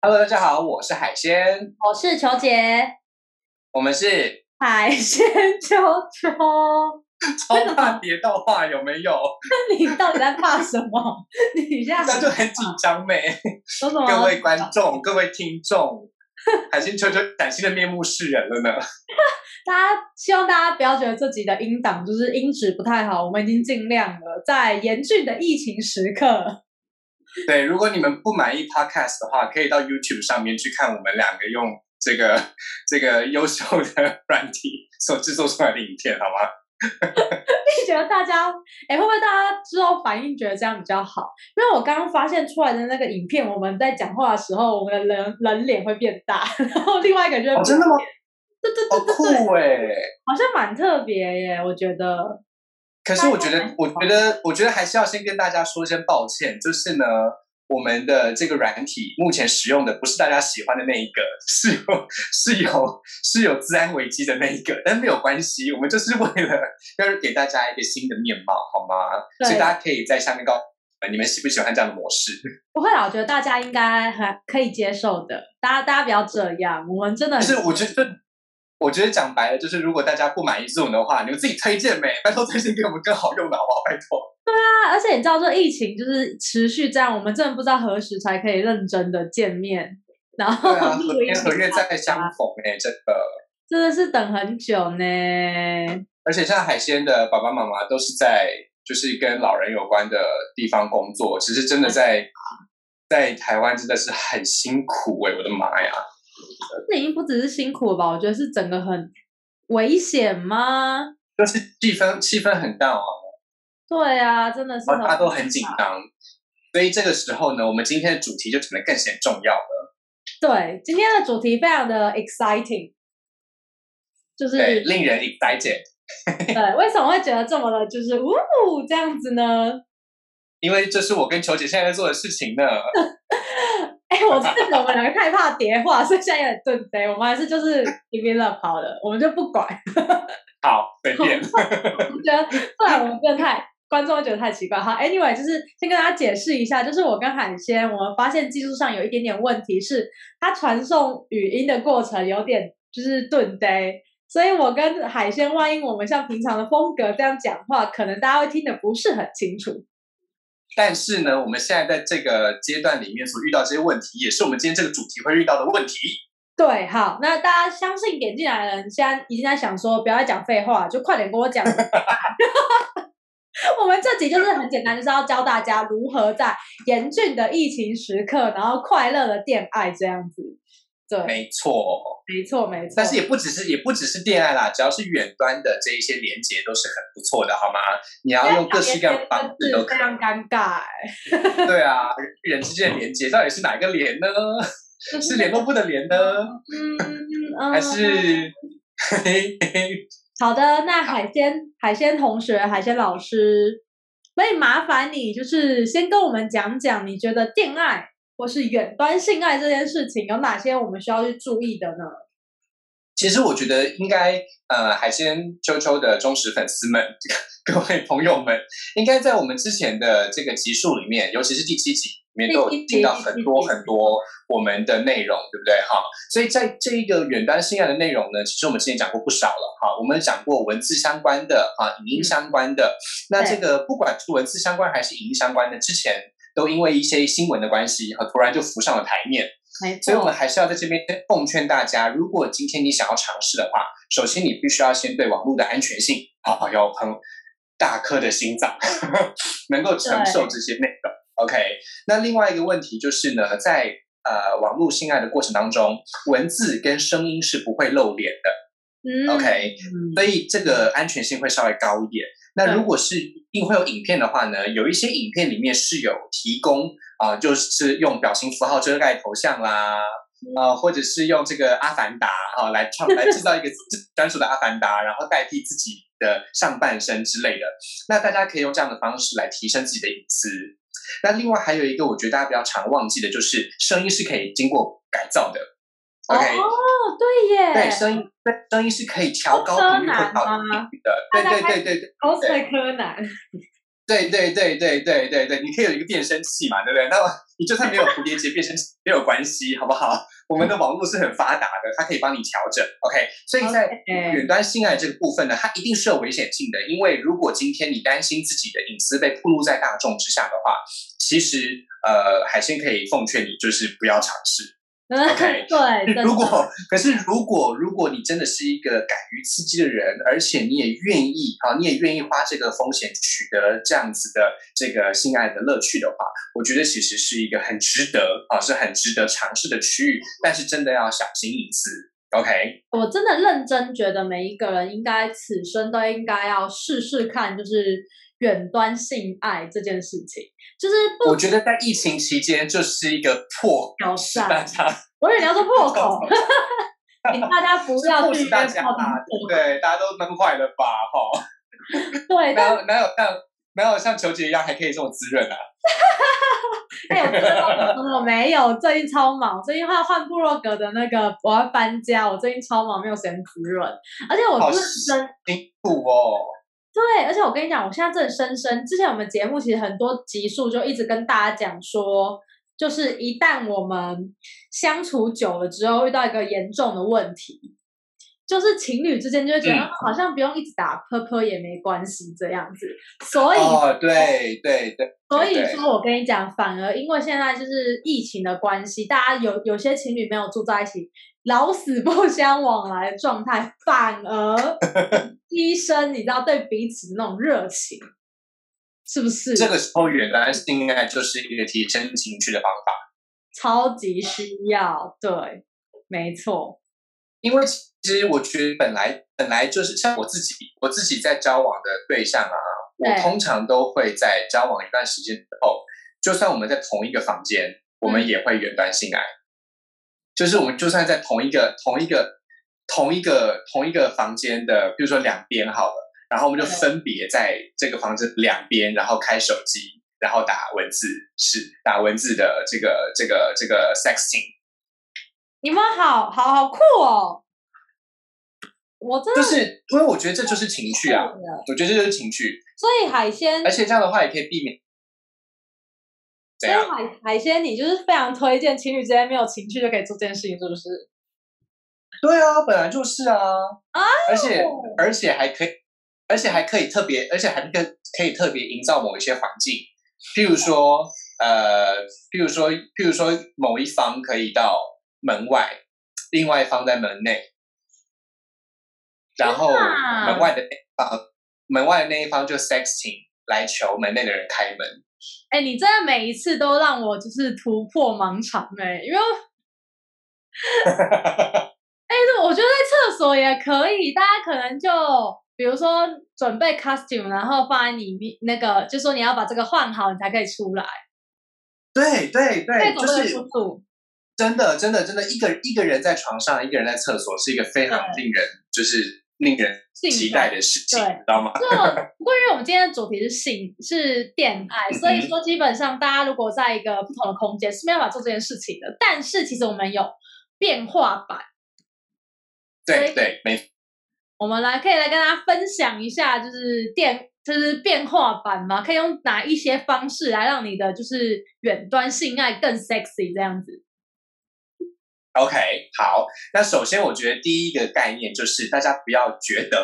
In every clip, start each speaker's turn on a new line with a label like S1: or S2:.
S1: Hello，大家好，我是海鲜，
S2: 我是球姐，
S1: 我们是
S2: 海鲜球球。
S1: 超怕跌到话有没有？
S2: 你到底在怕什么？你现在
S1: 那就很紧张呗。
S2: 说什么？
S1: 各位观众，各位听众，海鲜球球崭新的面目示人了呢。
S2: 大家希望大家不要觉得这集的音档就是音质不太好，我们已经尽量了。在严峻的疫情时刻，
S1: 对，如果你们不满意 Podcast 的话，可以到 YouTube 上面去看我们两个用这个这个优秀的软体所制作出来的影片，好吗？
S2: 你觉得大家，哎、会不会大家之后反应觉得这样比较好？因为我刚刚发现出来的那个影片，我们在讲话的时候，我们的人人脸会变大，然后另外一个就会
S1: 哦，真的吗？
S2: 对对
S1: 好
S2: 对对对，
S1: 酷哎、
S2: 好像蛮特别耶，我觉得。
S1: 可是我觉得，我觉得，我觉得还是要先跟大家说声抱歉，就是呢，我们的这个软体目前使用的不是大家喜欢的那一个，是有是有是有治安危机的那一个，但没有关系，我们就是为了要给大家一个新的面貌，好吗？
S2: 对
S1: 所以大家可以在下面告诉我们你们喜不喜欢这样的模式？
S2: 不会啦，我觉得大家应该还可以接受的。大家大家不要这样，我们真的
S1: 但
S2: 很
S1: 是我觉得。我觉得讲白了，就是如果大家不满意这种的话，你们自己推荐呗，拜托推荐给我们更好用的好不好？拜 托。
S2: 啊，而且你知道这疫情就是持续这样，我们真的不知道何时才可以认真的见面，然后
S1: 对啊，和
S2: 录音
S1: 天和月再相
S2: 啊
S1: 逢哎、真的。
S2: 真的是等很久呢。
S1: 而且像海鲜的爸爸妈妈都是在就是跟老人有关的地方工作，只是真的在在台湾真的是很辛苦哎、我的妈呀！
S2: 这已经不只是辛苦了吧，我觉得是整个很危险吗？
S1: 就是气氛气氛很淡哦，
S2: 对啊，真的是
S1: 然后大家都
S2: 可
S1: 很紧
S2: 怕
S1: 张，所以这个时候呢，我们今天的主题就可能更显重要了。
S2: 对，今天的主题非常的 exciting，就是
S1: 对，令人 excited，
S2: 对，为什么会觉得这么的，就是呜这样子呢？
S1: 因为这是我跟球姐现在在做的事情呢。
S2: 哎、我真的觉得我们两个太怕叠话，所以现在有点顿呆。我们还是就是 give it up 好了，我们就不管，
S1: 好，随 便。
S2: 我觉得不然我们真的太观众会觉得太奇怪。好，anyway，就是先跟大家解释一下，就是我跟海鲜，我们发现技术上有一点点问题，是它传送语音的过程有点就是顿呆。所以，我跟海鲜，万一我们像平常的风格这样讲话，可能大家会听得不是很清楚。
S1: 但是呢，我们现在在这个阶段里面所遇到这些问题，也是我们今天这个主题会遇到的问题。
S2: 对，好，那大家相信点进来的人，现在已经在想说，不要再讲废话，就快点跟我讲。 我们这集就是很简单，就是要教大家如何在严峻的疫情时刻，然后快乐的恋爱这样子。对，
S1: 没错。
S2: 没错，没错。
S1: 但是也不只是也不只是恋爱啦，只要是远端的这一些连接都是很不错的，好吗？你
S2: 啊
S1: 要用各式各样的方式都可
S2: 非常
S1: 以。
S2: 尴尬、欸，
S1: 对啊，人之间的连接到底是哪一个连呢？
S2: 就是
S1: 联络部的连呢，
S2: 嗯嗯，
S1: 还是？嘿嘿嘿
S2: 好的，那海鲜海鲜同学、海鲜老师，所以麻烦你就是先跟我们讲讲，你觉得恋爱或是远端性爱这件事情有哪些我们需要去注意的呢？
S1: 其实我觉得应该，呃，海鲜秋秋的忠实粉丝们，各位朋友们，应该在我们之前的这个集数里面，尤其是第七集里面，都有
S2: 第七集
S1: 听到很多
S2: 第七集
S1: 很多我们的内容，对不对？哈，所以在这一个远端性爱的内容呢，其实我们之前讲过不少了，哈，我们讲过文字相关的，啊，影
S2: 嗯
S1: 音相关的，那这个不管是文字相关还是影音相关的，之前都因为一些新闻的关系，哈，突然就浮上了台面。
S2: 没
S1: 所以我们还是要在这边奉劝大家，如果今天你想要尝试的话，首先你必须要先对网络的安全性啊、要喷大颗的心脏， 能够承受这些内容。OK，那另外一个问题就是呢，在呃网络性爱的过程当中，文字跟声音是不会露脸的。
S2: 嗯
S1: OK，所以这个安全性会稍微高一点。那
S2: 对
S1: 如果是一定会有影片的话呢，有一些影片里面是有提供啊、就是用表情符号遮盖头像啦，啊，或者是用这个阿凡达哈、来创来制造一个自己专属的阿凡达， 然后代替自己的上半身之类的。那大家可以用这样的方式来提升自己的隐私。那另外还有一个，我觉得大家比较常忘记的就是声音是可以经过改造的。OK，、
S2: 哦，对耶，
S1: 对，声音对声音是可以调高
S2: 柯
S1: 频率或
S2: 南
S1: 调低
S2: 吗
S1: 频率的。对
S2: 大家
S1: 对
S2: 开
S1: 对对对
S2: 口水柯南，
S1: 对对对对对对对，你可以有一个变声器嘛，对不对？那么你就算没有蝴蝶结变声器没有关系，好不好？我们的网络是很发达的，它可以帮你调整。OK，所以在
S2: OK
S1: 远端性爱这个部分呢，它一定是有危险性的，因为如果今天你担心自己的隐私被暴露在大众之下的话，其实呃，海鲜可以奉劝你，就是不要尝试。OK
S2: 对，真 的
S1: 如果可是如果如果你真的是一个敢于刺激的人，而且你也愿意啊，你也愿意花这个风险取得这样子的这个性爱的乐趣的话，我觉得其实是一个很值得啊，是很值得尝试的区域，但是真的要小心隐私。OK，
S2: 我真的认真觉得每一个人应该此生都应该要试试看，就是远端性爱这件事情，就是不
S1: 我觉得在疫情期间就是一个破
S2: 挑
S1: 使
S2: 战
S1: 大。家
S2: 我以为你要说 破口， 请大家不要
S1: 迫
S2: 去
S1: 使
S2: 约
S1: 大
S2: 炮
S1: 家
S2: 同
S1: 吧，对不对？大家都闷坏了吧？哈、
S2: 志
S1: 哪
S2: 对，但
S1: 有哪有像哪有像球姐一样还可以这么滋润啊？
S2: 哎，我真的我没有，最近超忙，最近换换部落格的那个，我要搬家，我最近超忙，没有时间滋润，而且我
S1: 好
S2: 认真
S1: 辛苦哦。
S2: 对，而且我跟你讲，我现在真的深深，之前我们节目其实很多集数就一直跟大家讲说，就是一旦我们相处久了之后，遇到一个严重的问题，就是情侣之间就会觉得、
S1: 嗯
S2: 啊好像不用一直打泼泼也没关系这样子，所以、
S1: 哦，对对对，
S2: 所以
S1: 对
S2: 说，我跟你讲，反而因为现在就是疫情的关系，大家有有些情侣没有住在一起，老死不相往来的状态，反 而提升你知道对彼此那种热情，是不是？
S1: 这个时候远端性爱就是一个提升情绪的方法，
S2: 超级需要，对，没错，
S1: 因为其实我觉得本来本来就是像我自己，我自己在交往的对象啊，我
S2: 对
S1: 通常都会在交往一段时间之后，就算我们在同一个房间，我
S2: 嗯
S1: 们也会远端性爱，就是我们就算在同一个同一个同一个同一个房间的，比如说两边好了，然后我们就
S2: 对
S1: 分别在这个房间两边，然后开手机，然后打文字是打文字的这个这个这个 sexting，
S2: 你们好好好酷哦！我真的
S1: 就是因为我觉得这就是情绪啊，
S2: 酷了
S1: 我觉得这就是情绪，
S2: 所以海鲜
S1: 而且这样的话也可以避免怎
S2: 所以
S1: 样。
S2: 海海鲜，你就是非常推荐情侣之间没有情绪就可以做这件事情，是不是？
S1: 对啊，本来就是啊，
S2: 啊
S1: 而且而且还可以，而且还可以特别，而且还可以可以特别营造某一些环境，譬如说呃，譬如说譬如说某一方可以到门外，另外一方在门内，然后
S2: 天哪
S1: 门外的那一方，门外的那一方就 sexting 来求门内的人开门。
S2: 哎、你真的每一次都让我就是突破盲肠哎、因为哎、这我觉得在厕所也可以，大家可能就比如说准备 costume，然后放在你你那个，就说你要把这个换好，你才可以出来，
S1: 对对
S2: 这
S1: 对，就
S2: 种会
S1: 是
S2: 舒服。
S1: 真的，真的，真的，一个一个人在床上，一个人在厕所，是一个非常令人就是令人
S2: 兴
S1: 期
S2: 奋
S1: 待的事情，
S2: 对
S1: 你知道吗？
S2: 就不过，因为我们今天的主题是性是恋
S1: 嗯
S2: 爱，所以说基本上大家如果在一个不同的空间是没办法做这件事情的。但是其实我们有变化版，所
S1: 对
S2: 以
S1: 对，没
S2: 我们来可以来跟大家分享一下，就是电就是变化版嘛，可以用哪一些方式来让你的就是远端性爱更 sexy 这样子。
S1: OK，好。那首先，我觉得第一个概念就是大家不要觉得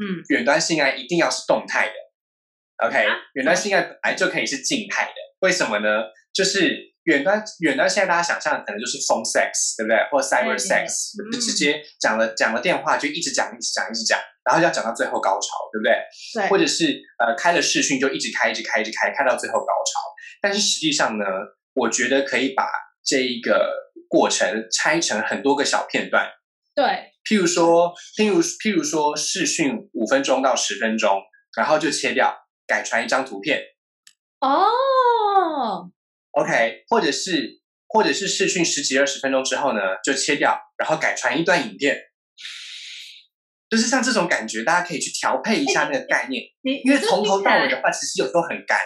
S2: 嗯，
S1: 远端性爱一定要是动态的，OK？、
S2: 啊
S1: 远端性爱本来就可以是静态的，为什么呢？就是远端远端现在大家想象的可能就是 phone sex，对不对？或 cyber
S2: 对
S1: sex，
S2: 嗯
S1: 就直接讲了讲了电话就一直讲一直讲一直讲，然后要讲到最后高潮，对不对？
S2: 对
S1: 或者是呃开了视讯就一直开，一直开，一直开，开到最后高潮。但是实际上呢，我觉得可以把这一个过程拆成很多个小片段，
S2: 对，
S1: 譬如说，譬如譬如说视讯五分钟到十分钟，然后就切掉，改传一张图片
S2: 哦，
S1: ，OK，或者是或者是视讯十几二十分钟之后呢，就切掉，然后改传一段影片。就是像这种感觉，大家可以去调配一下那个概念，
S2: 你
S1: 因为
S2: 你这
S1: 从头
S2: 听起来
S1: 到尾的话，其实有时候很干。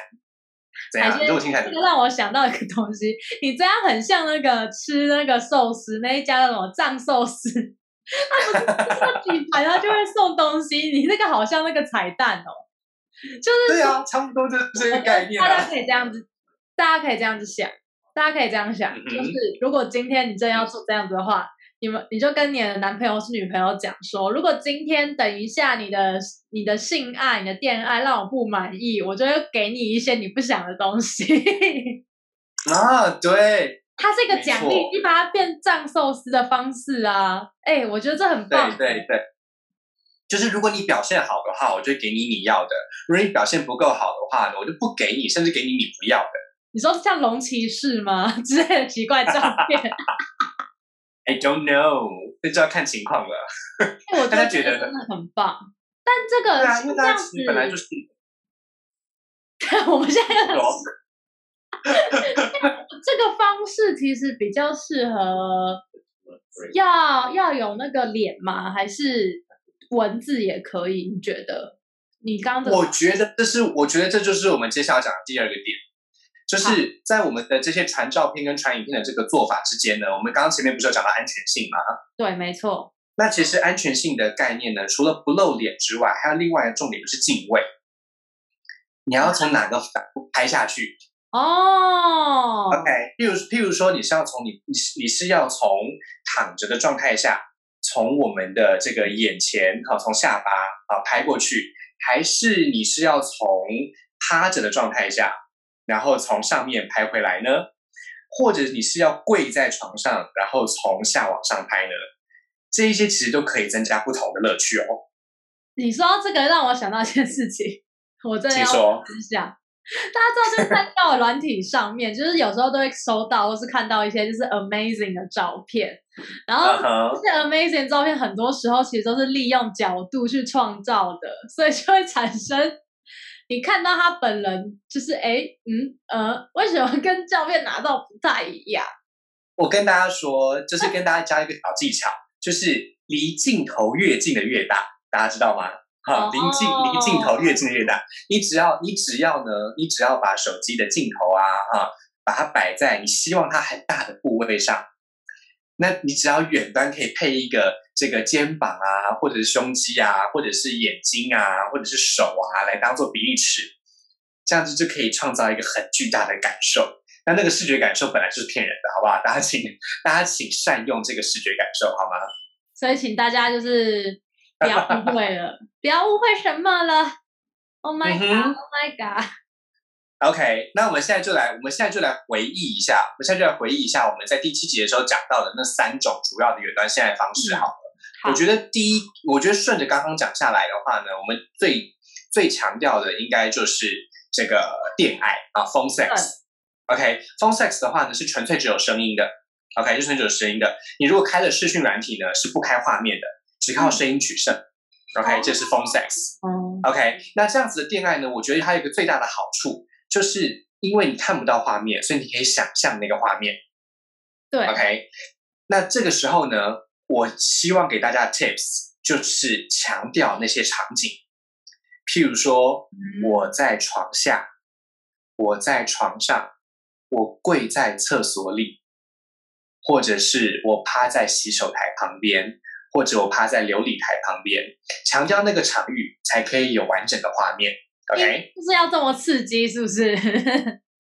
S1: 怎样？
S2: 海
S1: 你
S2: 鲜
S1: 给我听起来怎么
S2: 这个让我想到一个东西，你这样很像那个吃那个寿司那一家的什么藏寿司， 他不是他举牌他就会送东西，你那个好像那个彩蛋哦，就是
S1: 对啊，差不多就是这个概念
S2: 大
S1: 啊
S2: 家。可以这样子，大家可以这样子想，大家可以这样想，
S1: 嗯哼
S2: 就是如果今天你真要做这样子的话，你们你就跟你的男朋友是女朋友讲说，如果今天等一下你的你的性爱、你的恋爱让我不满意，我就会给你一些你不想的东西。
S1: 啊，对
S2: 它是一个
S1: 没
S2: 奖
S1: 错
S2: 励，你把它变藏寿司的方式啊！哎、我觉得这很棒
S1: 对。对对，就是如果你表现好的话，我就给你你要的；如果你表现不够好的话，我就不给你，甚至给你你不要的。
S2: 你说像龙骑士吗 之类的奇怪照片？
S1: I don't know，那就要看情况了。
S2: 哎我
S1: 大家
S2: 觉
S1: 觉
S2: 得
S1: 得
S2: 真的很棒。但这
S1: 对
S2: 个
S1: 啊，
S2: 是
S1: 因为
S2: 这
S1: 大
S2: 样
S1: 家
S2: 子
S1: 其实，本来就是
S2: 我们现在
S1: 有
S2: 这个方式其实比较适合要要有那个脸吗？还是文字也可以？你觉得？你刚刚怎么
S1: 我觉得这是，我觉得这就是我们接下来要讲的第二个点，就是在我们的这些传照片跟传影片的这个做法之间呢，我们刚刚前面不是有讲到安全性嘛？
S2: 对，没错，
S1: 那其实安全性的概念呢，除了不露脸之外，还有另外一个重点就是敬畏。你要从哪个角度拍下去
S2: 哦
S1: ？OK，譬如譬如说，你是要从你你是你是要从躺着的状态下，从我们的这个眼前啊，从下巴啊拍过去，还是你是要从趴着的状态下，然后从上面拍回来呢？或者你是要跪在床上，然后从下往上拍呢？这一些其实都可以增加不同的乐趣哦。
S2: 你说到这个让我想到一件事情，我真的
S1: 请
S2: 要
S1: 说
S2: 分享。大家知道，就是 在交友软体上面，就是有时候都会收到或是看到一些就是 amazing 的照片，然后
S1: 嗯哼，
S2: 这 amazing 照片很多时候其实都是利用角度去创造的，所以就会产生你看到他本人就是哎嗯呃，为什么跟照片拿到不太一样？
S1: 我跟大家说，就是跟大家教一个小技巧，就是离镜头越近的越大，大家知道吗？哈，
S2: 哦
S1: 离镜离镜头越近的越大。你只要你只要呢，你只要把手机的镜头啊啊，把它摆在你希望它很大的部位上，那你只要远端可以配一个这个肩膀啊，或者是胸肌啊，或者是眼睛啊，或者是手啊，来当做比例尺，这样子就可以创造一个很巨大的感受。那那个视觉感受本来就是骗人的，好不好？大家请大家请善用这个视觉感受，好吗？
S2: 所以请大家就是不要误会了，不要误会什么了。Oh my
S1: 嗯
S2: god!
S1: 哼
S2: Oh my god!
S1: OK，那我们现在就来，我们现在就来回忆一下，我们现在就来回忆一下我们在第七集的时候讲到的那三种主要的远端性爱方式，
S2: 嗯
S1: 好了。
S2: 好
S1: 我觉得第一，我觉得顺着刚刚讲下来的话呢，我们最最强调的应该就是这个恋爱啊，phone sex。OK，phone、sex 的话呢是纯粹只有声音的，OK，就是纯粹只有声音的。你如果开了视讯软体呢，是不开画面的，只
S2: 嗯
S1: 靠声音取胜。OK，这是 phone sex。
S2: 哦，
S1: OK，那这样子的恋爱呢，我觉得它有一个最大的好处，就是因为你看不到画面，所以你可以想象那个画面。
S2: 对
S1: OK，那这个时候呢，我希望给大家 tips 就是强调那些场景，譬如说
S2: 嗯
S1: 我在床下，我在床上，我跪在厕所里，或者是我趴在洗手台旁边，或者我趴在琉璃台旁边，强调那个场域才可以有完整的画面。OK，
S2: 就是要这么刺激，是不是？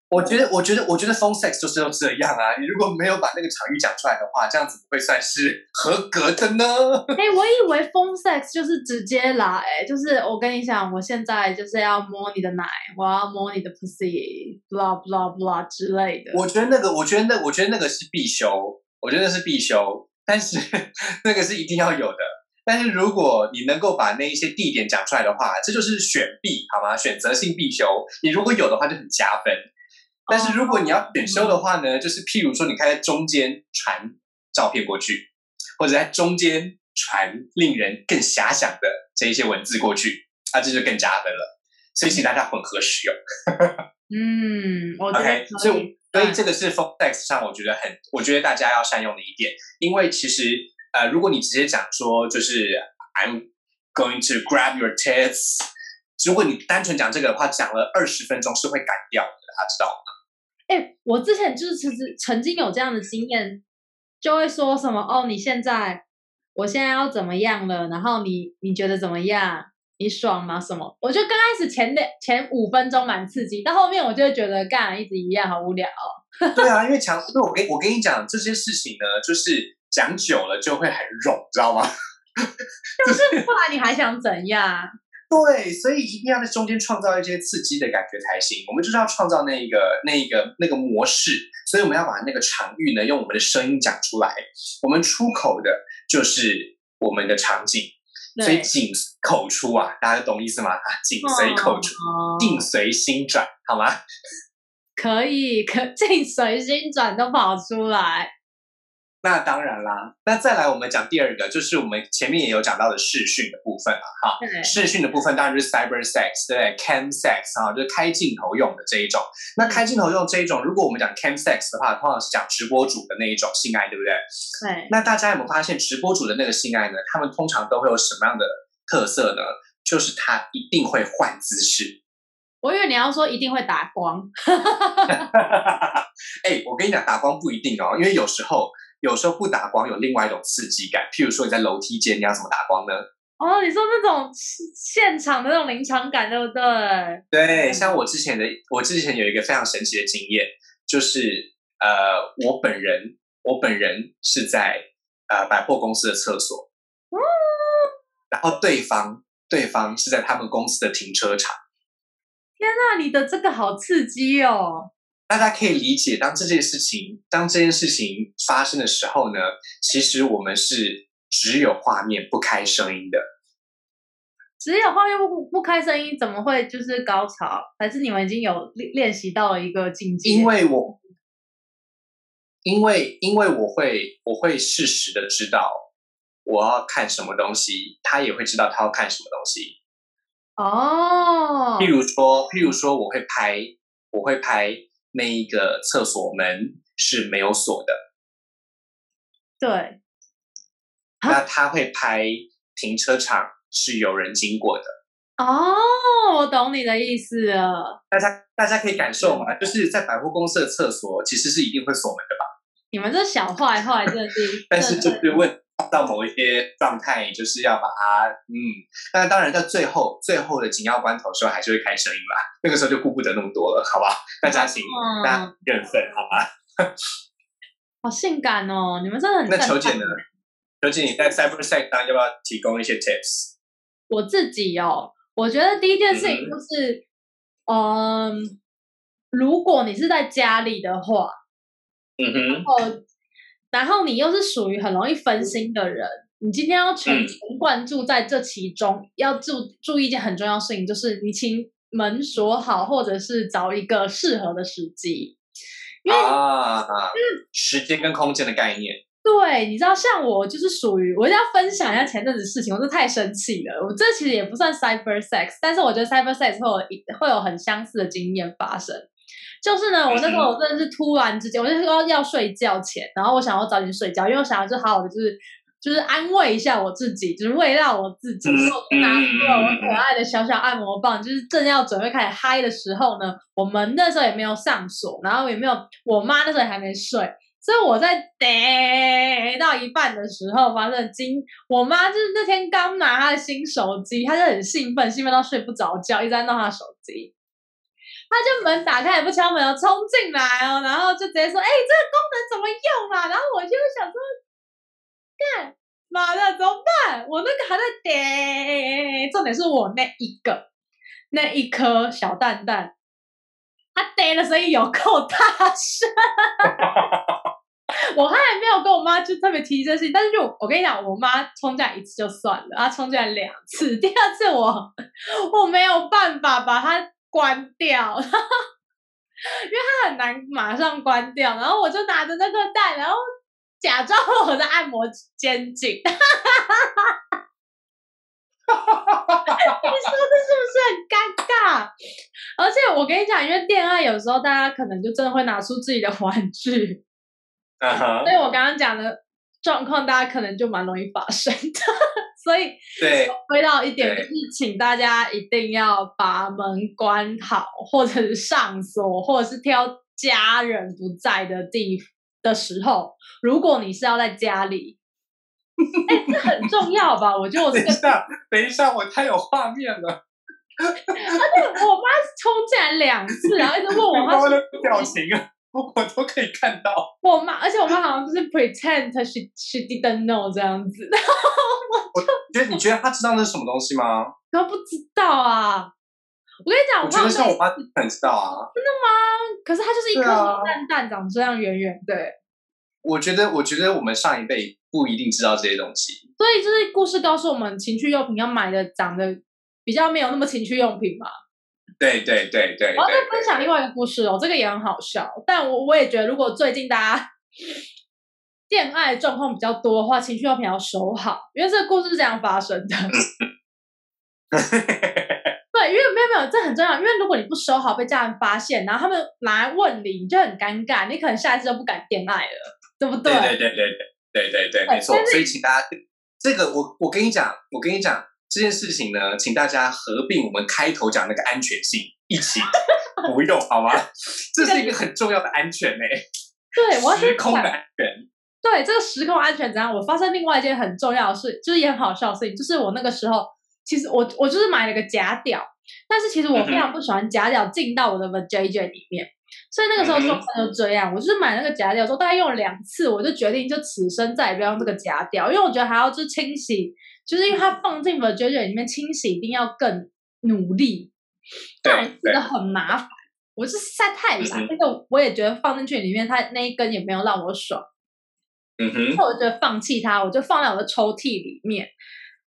S1: 我觉得，我觉得，我觉得 phone sex 就是要这样啊！你如果没有把那个场域讲出来的话，这样子不会算是合格的呢。
S2: 哎、我以为 phone sex 就是直接来、就是我跟你讲，我现在就是要摸你的奶，我要摸你的 pussy，blah blah blah 之类的。
S1: 我觉得那个，我觉得那，我觉得那个是必修，我觉得那是必修，但是 那个是一定要有的。但是如果你能够把那一些地点讲出来的话，这就是选必好吗？选择性必修，你如果有的话就很加分。但是如果你要选修的话呢，就是譬如说你开在中间传照片过去，或者在中间传令人更遐想的这一些文字过去，那、这就更加分了。所以请大家混合使用。
S2: 嗯，我觉得
S1: OK，
S2: 可
S1: 所
S2: 以
S1: 以所以这个是 f o n t e x 上我觉得很，我觉得大家要善用的一点，因为其实呃，如果你直接讲说就是 I'm going to grab your tits，如果你单纯讲这个的话，讲了二十分钟是会干掉的，大家知道 吗？
S2: 哎、我之前就是其实曾经有这样的经验，就会说什么哦，你现在我现在要怎么样了，然后你你觉得怎么样？你爽吗？什么？我就刚开始前的前五分钟蛮刺激，到后面我就会觉得干一直一样好无聊哦、
S1: 对啊，因为讲，因为我跟我跟你讲这些事情呢，就是讲久了就会很冗，知道吗？
S2: 不然你还想怎样？
S1: 对，所以一定要在中间创造一些刺激的感觉才行。我们就是要创造那一个、那一个、那个模式，所以我们要把那个场域呢，用我们的声音讲出来。我们出口的就是我们的场景，所以
S2: 对，
S1: 紧口出啊，大家懂意思吗？啊，紧随口出，
S2: 哦
S1: 境随心转，好吗？
S2: 可以，可进随心转都跑出来。
S1: 那当然啦。那再来，我们讲第二个，就是我们前面也有讲到的视讯的部分嘛，哈。
S2: 对，
S1: 视讯的部分当然就是 cyber sex，对不对？cam sex 啊，就是开镜头用的这一种。那开镜头用这一种，如果我们讲 cam sex 的话，通常是讲直播主的那一种性爱，对不对？
S2: 对，
S1: 那大家有没有发现，直播主的那个性爱呢？他们通常都会有什么样的特色呢？就是他一定会换姿势。
S2: 我以为你要说一定会打光，
S1: 哎，我跟你讲，打光不一定哦，因为有时候有时候不打光有另外一种刺激感。譬如说你在楼梯间，你要怎么打光呢？
S2: 哦，你说那种现场的那种临场感，对不对？
S1: 对，
S2: 嗯
S1: 像我之前的，我之前有一个非常神奇的经验，就是呃，我本人，我本人是在呃百货公司的厕所，然后对方对方是在他们公司的停车场。
S2: 那你的这个好刺激哦！
S1: 大家可以理解，当这件事情当这件事情发生的时候呢，其实我们是只有画面不开声音的。
S2: 只有画面不不开声音，怎么会就是高潮？还是你们已经有练练习到了一个境界？
S1: 因为我，因为因为我会我会适时的知道我要看什么东西，他也会知道他要看什么东西。
S2: 哦，
S1: 譬如说，譬如说，我会拍，我会拍那一个厕所门是没有锁的，
S2: 对，啊
S1: 那他会拍停车场是有人经过的。
S2: 哦，我懂你的意思了。
S1: 大家大家可以感受
S2: 嗯
S1: 嘛，就是在百货公司的厕所其实是一定会锁门的吧，
S2: 你们这小坏坏真的是，
S1: 但是
S2: 真
S1: 就
S2: 的
S1: 是问到某一些状态，就是要把它嗯，那当然到最后最后的紧要关头的时候，还是会开声音啦，那个时候就顾不得那么多了，好吧？大家请大
S2: 嗯，
S1: 家认份，好吧？
S2: 好性感哦！你们真的很
S1: 那
S2: 正
S1: 球姐
S2: 派
S1: 呢？球姐你在 Cyber Sex 当中要不要提供一些 tips？
S2: 我自己哦，我觉得第一件事情
S1: 嗯
S2: 就是，嗯、如果你是在家里的话，
S1: 嗯哼，
S2: 哦，然后你又是属于很容易分心的人，你今天要全
S1: 嗯
S2: 神贯注在这其中，要注注意一件很重要的事情，就是你请门锁好，或者是找一个适合的时机。因为嗯
S1: 啊，时间跟空间的概念，
S2: 对，你知道，像我就是属于，我一定要分享一下前阵子的事情，我真的太生气了。我这其实也不算 cyber sex，但是我觉得 cyber sex 会有一会有很相似的经验发生。就是呢，我那时候我真的是突然之间，我就说要睡觉前，然后我想要早点睡觉，因为我想要就好好的就是就是安慰一下我自己，就是慰劳我自己。
S1: 嗯
S2: 所以我就拿出了我
S1: 嗯嗯嗯
S2: 可爱的小小按摩棒，就是正要准备开始嗨的时候呢，我们那时候也没有上锁，然后也没有我妈那时候也还没睡。所以我在得到一半的时候，发生惊，我妈就是那天刚拿她的新手机，她就很兴奋，兴奋到睡不着觉，一直在弄她的手机。她就门打开也不敲门哦，冲进来哦，然后就直接说：“哎、这个功能怎么用啊？”然后我就想说：“干妈的怎么办？我那个还在得，重点是我那一个那一颗小蛋蛋，它得的声音有够大声。” 我还没有跟我妈就特别提这件事情，但是就我跟你讲，我妈冲进来一次就算了，她冲进来两次，第二次我我没有办法把它关掉，因为她很难马上关掉，然后我就拿着那个蛋，然后假装我在按摩肩颈， 你说这是不是很尴尬？而且我跟你讲，因为恋爱有时候大家可能就真的会拿出自己的玩具。
S1: 嗯哼
S2: 所，以我刚刚讲的状况，大家可能就蛮容易发生的。 所以
S1: 对，
S2: 回到一点，就
S1: 对
S2: 是请大家一定要把门关好，或者是上锁，或者是挑家 人不在的地的时候。如果你是要在家里，哎、这很重要吧？我觉得我
S1: 等
S2: 是
S1: 一
S2: 个
S1: 下，等一下，我太有画面了，
S2: 我妈冲进来两次，然后一直问我
S1: 刚
S2: 妈
S1: 刚
S2: 说
S1: 的表情啊，我都可以看到，
S2: 我妈，而且我妈好像就是 pretend she she didn't know 这样子，
S1: 觉得你觉得他知道那是什么东西吗？
S2: 然后不知道啊。我跟你讲，
S1: 我
S2: 我
S1: 觉
S2: 妈
S1: 得像
S2: 妈
S1: 我妈很知道啊。
S2: 可是她就是一
S1: 对
S2: 颗
S1: 啊
S2: 蛋蛋长这样圆圆的，
S1: 我觉得，我觉得我们上一辈不一定知道这些东西。
S2: 所以就是故事告诉我们，情趣用品要买的长得比较没有那么情趣用品嘛。
S1: 对对对对。
S2: 我要再
S1: 对
S2: 分享另外一个故事哦，这个也很好笑，但我我也觉得，如果最近大家 恋爱状况比较多的话，情趣用品要收好，因为这个故事是这样发生
S1: 嗯
S2: 的。 对，因为没有没有，这很重要。因为如果你不收好，被家人发现，然后他们拿来问你，你就很尴尬，你可能下一次就不敢恋爱了，对不
S1: 对
S2: 对？
S1: 对对对对对对对，没错
S2: 但。是
S1: 所以请大家，这个我我跟你讲，我跟你讲这件事情呢，请大家合并我们开头讲那个安全性一起服用，好吗？这是一个很重要的安全诶、
S2: 对我要
S1: 时
S2: 先
S1: 空的
S2: 讲
S1: 安全。
S2: 对这个时空安全怎样？我发生另外一件很重要的事，就是也很好笑的事情，就是我那个时候，其实我我就是买了个假屌，但是其
S1: 嗯
S2: 实我非常不喜欢假屌进到我的 vajayjay 里面，所以那个时候
S1: 嗯哼
S2: 状况就这样，啊我就是买那个假屌之后，大概用了两次，我就决定就此生再也不要用这个假屌，因为我觉得还要就清洗，就是因为它放进 vajayjay 里面清洗一定要更努力，但我
S1: 对
S2: 觉
S1: 对
S2: 得很麻烦。我就是实在太懒
S1: 嗯哼，
S2: 那个我也觉得放进去里面，它那一根也没有让我爽。
S1: 嗯哼，
S2: 那我就放弃它，我就放在我的抽屉里面。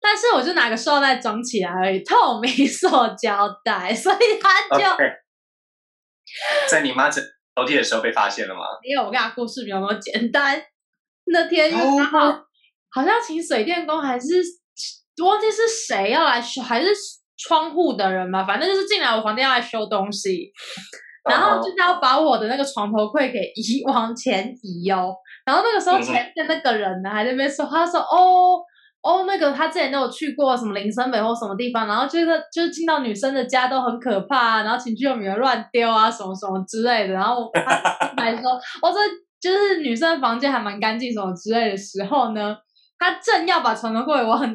S2: 但是我就拿个塑料袋装起来而已，透明塑胶袋，所以 它就
S1: OK 在你妈整抽屉的时候被发现了吗？
S2: 因为我跟他故事没有那么简单。那天因为刚好、好像请水电工还是忘记是谁要来修，还是窗户的人嘛，反正就是进来我房间要来修东西，然后就是要把我的那个床头柜给移往前移哦。然后那个时候前面那个人呢还在那边说，他说哦。哦，那个他之前都有去过什么林森北或什么地方，然后就是就是进到女生的家都很可怕、啊，然后情趣用品又乱丢啊，什么什么之类的。然后我他还说，哦，这就是女生房间还蛮干净什么之类的时候呢，他正要把床头柜往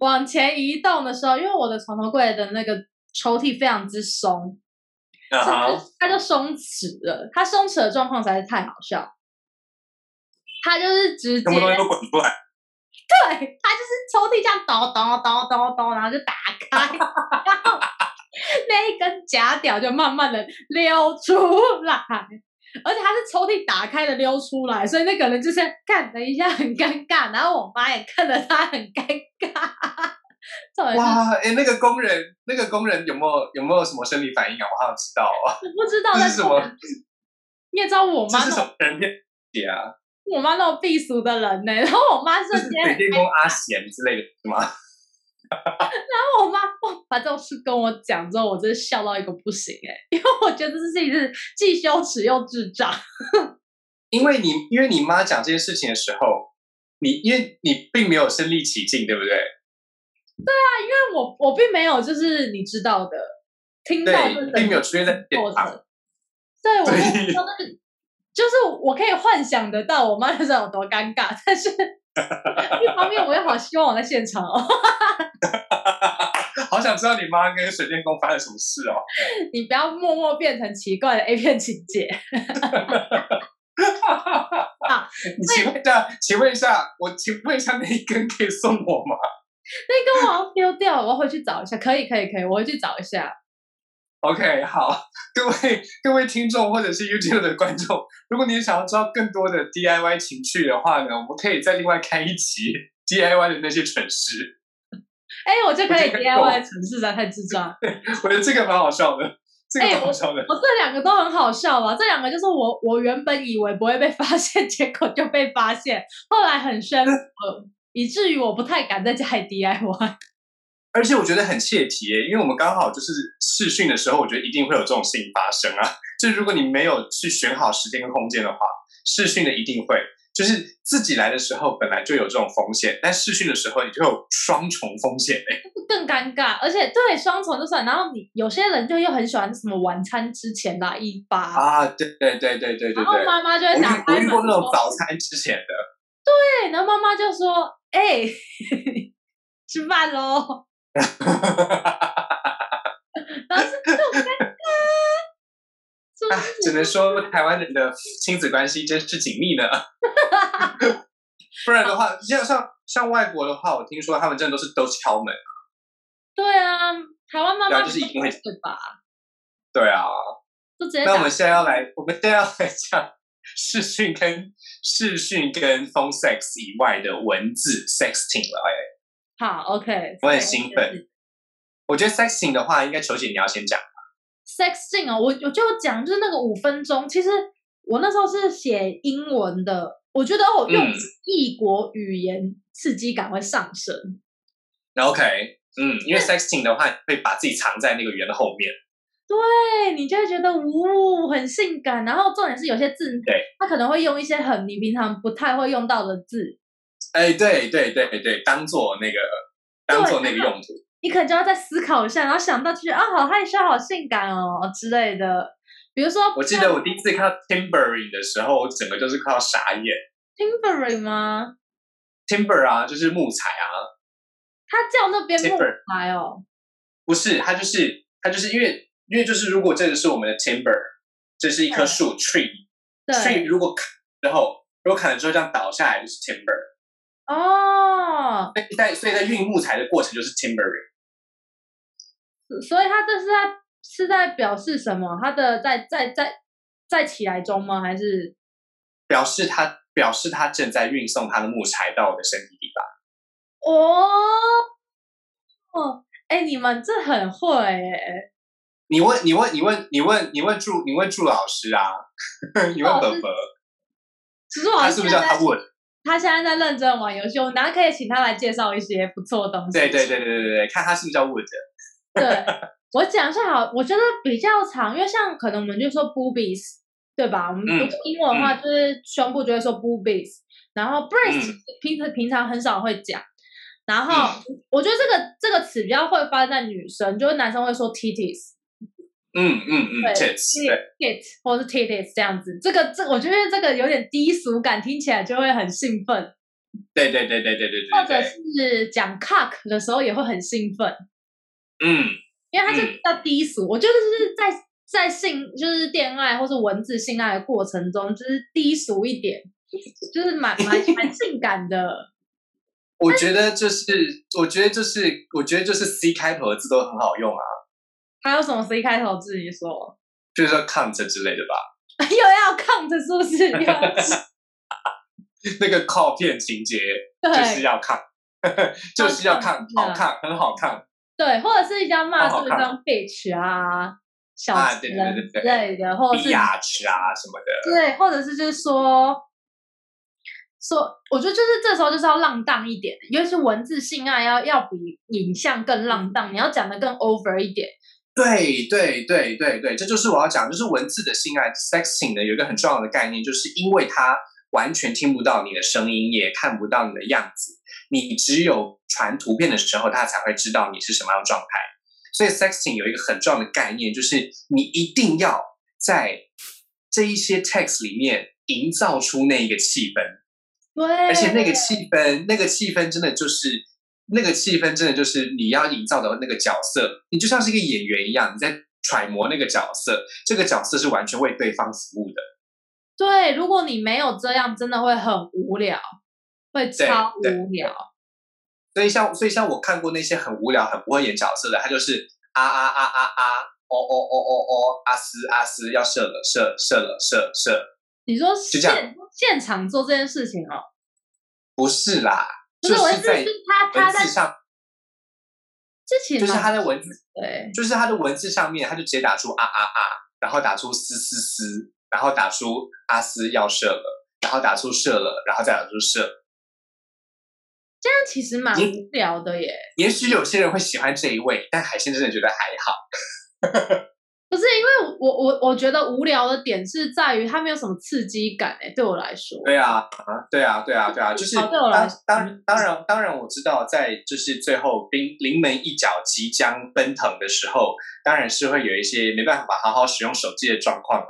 S2: 往前移动的时候，因为我的床头柜的那个抽屉非常之松，
S1: 嗯
S2: 它
S1: 哼
S2: 就它就松弛了。它松弛的状况实在是太好笑，它就是直接
S1: 全部东西都滚出来。
S2: 对，它就是抽屉这样咚咚咚咚咚，然后就打开，然后那一根假屌就慢慢的溜出来，而且它是抽屉打开的溜出来，所以那个人就是看了一下很尴尬，然后我妈也看了他很尴尬。重点 是
S1: 哇，哎、那个工人，那个工人有没有有没有什么生理反应啊？我好想知道啊，
S2: 我 不知 道
S1: 这
S2: 在
S1: 是什么？
S2: 你也知道我
S1: 这
S2: 妈
S1: 是
S2: 那
S1: 什
S2: 种
S1: 么人面姐啊？
S2: 我妈那种避俗的人呢、然后我妈
S1: 这
S2: 瞬
S1: 是
S2: 间
S1: 水电工阿贤之类的是吗？
S2: 我哦妈哇把这种事跟我讲之后，我真是笑到一个不行哎、因为我觉得这事情是既羞耻又智障。
S1: 因为你因为你妈讲这件事情的时候，你因为你并没有身临其境，对不对？
S2: 但我我并没有就是你知道的，听到
S1: 对，
S2: 这整
S1: 并没有
S2: 个
S1: 出现在现
S2: 过
S1: 场。
S2: 程。对，我
S1: 对
S2: 并不知道那个，就是我可以幻想得到我妈那时候有多尴尬，但是一方面我又好希望我在现场哦。
S1: 好想知道你妈跟水电工发生什么事哦。
S2: 你不要默默变成奇怪的 A 片情节。
S1: 你请问一下，请问一下，我请问一下，那一根可以送我吗？
S2: 那个我要丢掉，我要回去找一下。可以，可以，可以，我会去找一下。
S1: OK，好，各位各位听众或者是 YouTube 的观众，如果你想要知道更多的 DIY 情趣的话呢，我们可以再另外开一集 DIY 的那些蠢事，
S2: 哎、我就可
S1: 我
S2: 以
S1: 觉得够
S2: DIY 的城市在太智障。
S1: 我觉得这个蛮好笑的，这个
S2: 哎
S1: 蛮好笑的。
S2: 我这两个都很好笑吧？这两个就是我我原本以为不会被发现， 结果就被发现，后来很生 涩，以至于我不太敢在家里 DIY。
S1: 而且我觉得很切题耶，因为我们刚好就是试训的时候，我觉得一定会有这种事情发生啊。就是如果你没有去选好时间跟空间的话，试训的一定会。就是自己来的时候本来就有这种风险，但试训的时候你就有双重风险哎。
S2: 更尴尬，而且对双重就算，然后你有些人就又很喜欢什么晚餐之前啦一八，
S1: 啊，对对对对对对
S2: 然后
S1: 对。
S2: 妈妈就会
S1: 我遇
S2: 打
S1: 我
S2: 开
S1: 遇
S2: 门
S1: 过那种
S2: 说
S1: 早餐之前的，
S2: 对，然后妈妈就说：“哎、 吃饭喽。” 然后是这种尴尬，是不
S1: 啊
S2: 是？
S1: 只能说台湾人的亲子关系真是紧密呢。 不然的话，像像像外国的话，我听说他们真的都是都敲门。
S2: 对啊，台湾妈
S1: 对
S2: 妈
S1: 啊就是一定会
S2: 对吧？
S1: 对啊，
S2: 就直接
S1: 那我
S2: 打
S1: 们现在要来，我们现在要来讲视讯跟视讯跟 phone sex 以外的文字 sexting 了。哎，
S2: 好，OK。
S1: 我很兴奋。我觉得 sexting 的话，应该球姐你要先讲。
S2: sexting 哦，我我就讲就是那个五分钟，其实我那时候是写英文的，我觉得我用
S1: 嗯
S2: 异国语言刺激感会上升。
S1: 那 OK，嗯，因为 sexting 的话，会把自己藏在那个圆的后面。
S2: 对你就会觉得呜、很性感，然后重点是有些字
S1: 对，
S2: 它可能会用一些很你平常不太会用到的字，
S1: 哎，对对对对，当做那个当做那个用途。
S2: 你可能就要再思考一下，然后想到就觉得啊，好害羞，好性感哦之类的。比如说，
S1: 我记得我第一次看到 timbering 的时候，我整个就是快要傻眼。
S2: timbering 吗？
S1: timber 啊，就是木材啊，
S2: 它叫那边木
S1: Timber
S2: 材哦，
S1: 不是，它就是它就是因为因为就是如果这个是我们的 timber，这是一棵
S2: 对
S1: 树 tree
S2: 对
S1: tree，如果砍之后，如果砍了之后这样倒下来就是 timber，
S2: 哦，
S1: 所以在所以在运木材的过程就是 timbering，
S2: 所以它这是在是在表示什么？它的在在在在起来中吗？还是
S1: 表示它表示它正在运送它的木材到我的身体里吧。
S2: 哦哦，哎、你们这很会哎。
S1: 你问你问你问你问你问祝你问祝老师啊， 你问
S2: 老
S1: 伯
S2: 师
S1: 伯，
S2: 其实我
S1: 他
S2: 好
S1: 是
S2: 像
S1: 不是叫
S2: 在
S1: 他问？
S2: 他现在在认真玩游戏，我们等下可以请他来介绍一些不错的东西。
S1: 对对对对对对，看他是不是叫 Wood。
S2: 对，我讲一下好，我觉得比较长，因为像可能我们就说 boobies，对吧？我们
S1: 嗯嗯
S2: 英文的话就是胸部就会说 boobies，、然后 breast 平时平常很少会讲。然后
S1: 嗯
S2: 我觉得这个这个词比较会发生在女生，就是男生会说 titties，
S1: 嗯嗯嗯
S2: 对
S1: ，Tits，对，
S2: tit 或是 titties 这样子。这个这我觉得这个有点低俗感，听起来就会很兴奋。
S1: 对对对对对对
S2: 或
S1: 对对，
S2: 者是讲 cock 的时候也会很兴奋，
S1: 嗯，
S2: 因为它是
S1: 嗯
S2: 比较低俗。我觉得就是在在性就是恋爱或是文字性爱的过程中，就是低俗一点，就是蛮蛮蛮性感的。
S1: 我觉得就是，我觉得就是，我觉得就是 C 开头的字都很好用啊，
S2: 还有什么 C 开头自己说？
S1: 比如说 cunt 之类的吧。
S2: 又要 count 是不是？又要
S1: 那个靠片情节就是
S2: 对
S1: 要 cunt，就是要 cunt，
S2: 要
S1: 好
S2: cunt，
S1: 看，很好看。
S2: 对，或者是一定要骂
S1: 好
S2: 对
S1: 好看
S2: 方 bitch 啊、小
S1: 啊
S2: 人之
S1: 对对对对对
S2: 类的，或者
S1: 比
S2: 哦是
S1: 牙齿啊什么的，
S2: 对，或者是就是说说，我觉得就是这时候就是要浪荡一点，尤其是文字性爱要要比影像更
S1: 嗯
S2: 浪荡，你要讲的更 over 一点。
S1: 对对对对对，这就是我要讲，就是文字的性爱 sexting 呢，有一个很重要的概念，就是因为它完全听不到你的声音，也看不到你的样子，你只有传图片的时候，它才会知道你是什么样的状态。所以 sexting 有一个很重要的概念，就是你一定要在这一些 text 里面营造出那一个气氛。
S2: 对，
S1: 而且那个气氛，那个气氛真的就是那个气氛，真的就是你要营造的那个角色，你就像是一个演员一样，你在揣摩那个角色，这个角色是完全为对方服务的。
S2: 对，如果你没有这样，真的会很无聊，会超
S1: 对对
S2: 无聊。
S1: 所以像，所以像我看过那些很无聊、很不会演角色的，他就是啊啊啊啊啊，哦哦哦哦哦，啊斯啊斯，要射了，射射了，射射，
S2: 你说
S1: 就这样
S2: 现现场做这件事情哦，
S1: 不是啦，
S2: 不
S1: 就是
S2: 我
S1: 是
S2: 是
S1: 在
S2: 是他他
S1: 文
S2: 在
S1: 字上，
S2: 之前
S1: 就是
S2: 嘛
S1: 他在文字
S2: 对
S1: 就是他的文字上面，他就直接打出啊啊啊，然后打出嘶嘶嘶，然后打出阿斯要射了，然后打出射了，然后再打出射。
S2: 这样其实蛮
S1: 你
S2: 无聊的耶。
S1: 也许有些人会喜欢这一位，但海鲜真的觉得还好。
S2: 不是因为我我我觉得无聊的点是在于它没有什么刺激感哎，对我来说。
S1: 对啊，啊对啊，对啊，对啊，就是
S2: 哦好对我来嗯
S1: 当
S2: 说
S1: 当当然当然我知道，在就是最后临临门一脚即将奔腾的时候，当然是会有一些没办法好好使用手机的状况啦。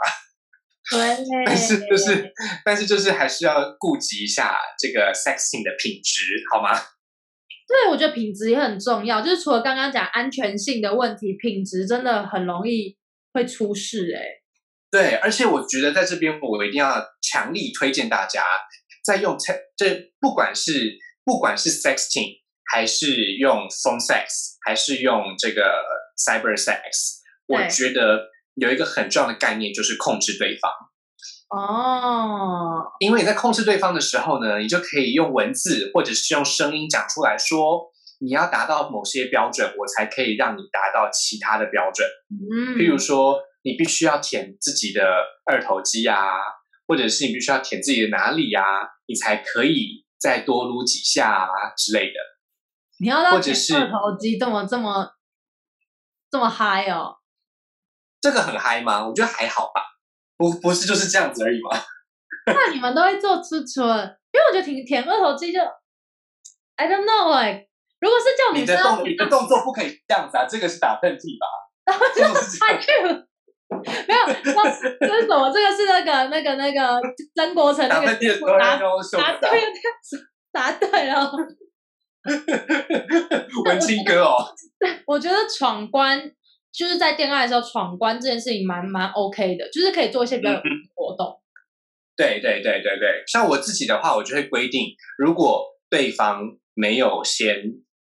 S2: 对，
S1: 但是就是，但是就是还是要顾及一下这个 sexing 的品质，好吗？
S2: 对，我觉得品质也很重要。就是除了刚刚讲安全性的问题，品质真的很容易会出事、欸。哎，
S1: 对，而且我觉得在这边我一定要强力推荐大家，在用 te- 这不管是不管是 sexting 还是用 phone sex 还是用这个 cyber sex，
S2: 对
S1: 我觉得有一个很重要的概念就是控制对方。
S2: 哦，
S1: 因为你在控制对方的时候呢，你就可以用文字或者是用声音讲出来说，你要达到某些标准，我才可以让你达到其他的标准。
S2: 嗯，
S1: 譬如说，你必须要舔自己的二头肌啊，或者是你必须要舔自己的哪里啊，你才可以再多撸几下啊之类的。
S2: 你要到
S1: 或者是
S2: 二头肌这么这么这么嗨哦，
S1: 这个很嗨吗？我觉得还好吧，不不是就是这样子而已吗？
S2: 那你们都会做出纯？因为我觉得挺舔二头肌就，I don't know 哎、如果是叫
S1: 你
S2: 女
S1: 的
S2: 生要
S1: 动你的动作不可以这样子啊，这个是打喷嚏吧？ 这个是
S2: 太没有，那这是什么？这个是那个那个那个曾国成那
S1: 打
S2: 个
S1: 喷嚏的时候要
S2: 答
S1: 用袖
S2: 答
S1: 子啊
S2: 对。了，答对了。
S1: 文青哥哦，
S2: 我觉得闯关就是在恋爱的时候闯关这件事情蛮蛮 OK 的，就是可以做一些比
S1: 嗯
S2: 较有趣的活动。
S1: 对对对对对，像我自己的话，我就会规定，如果对方没有先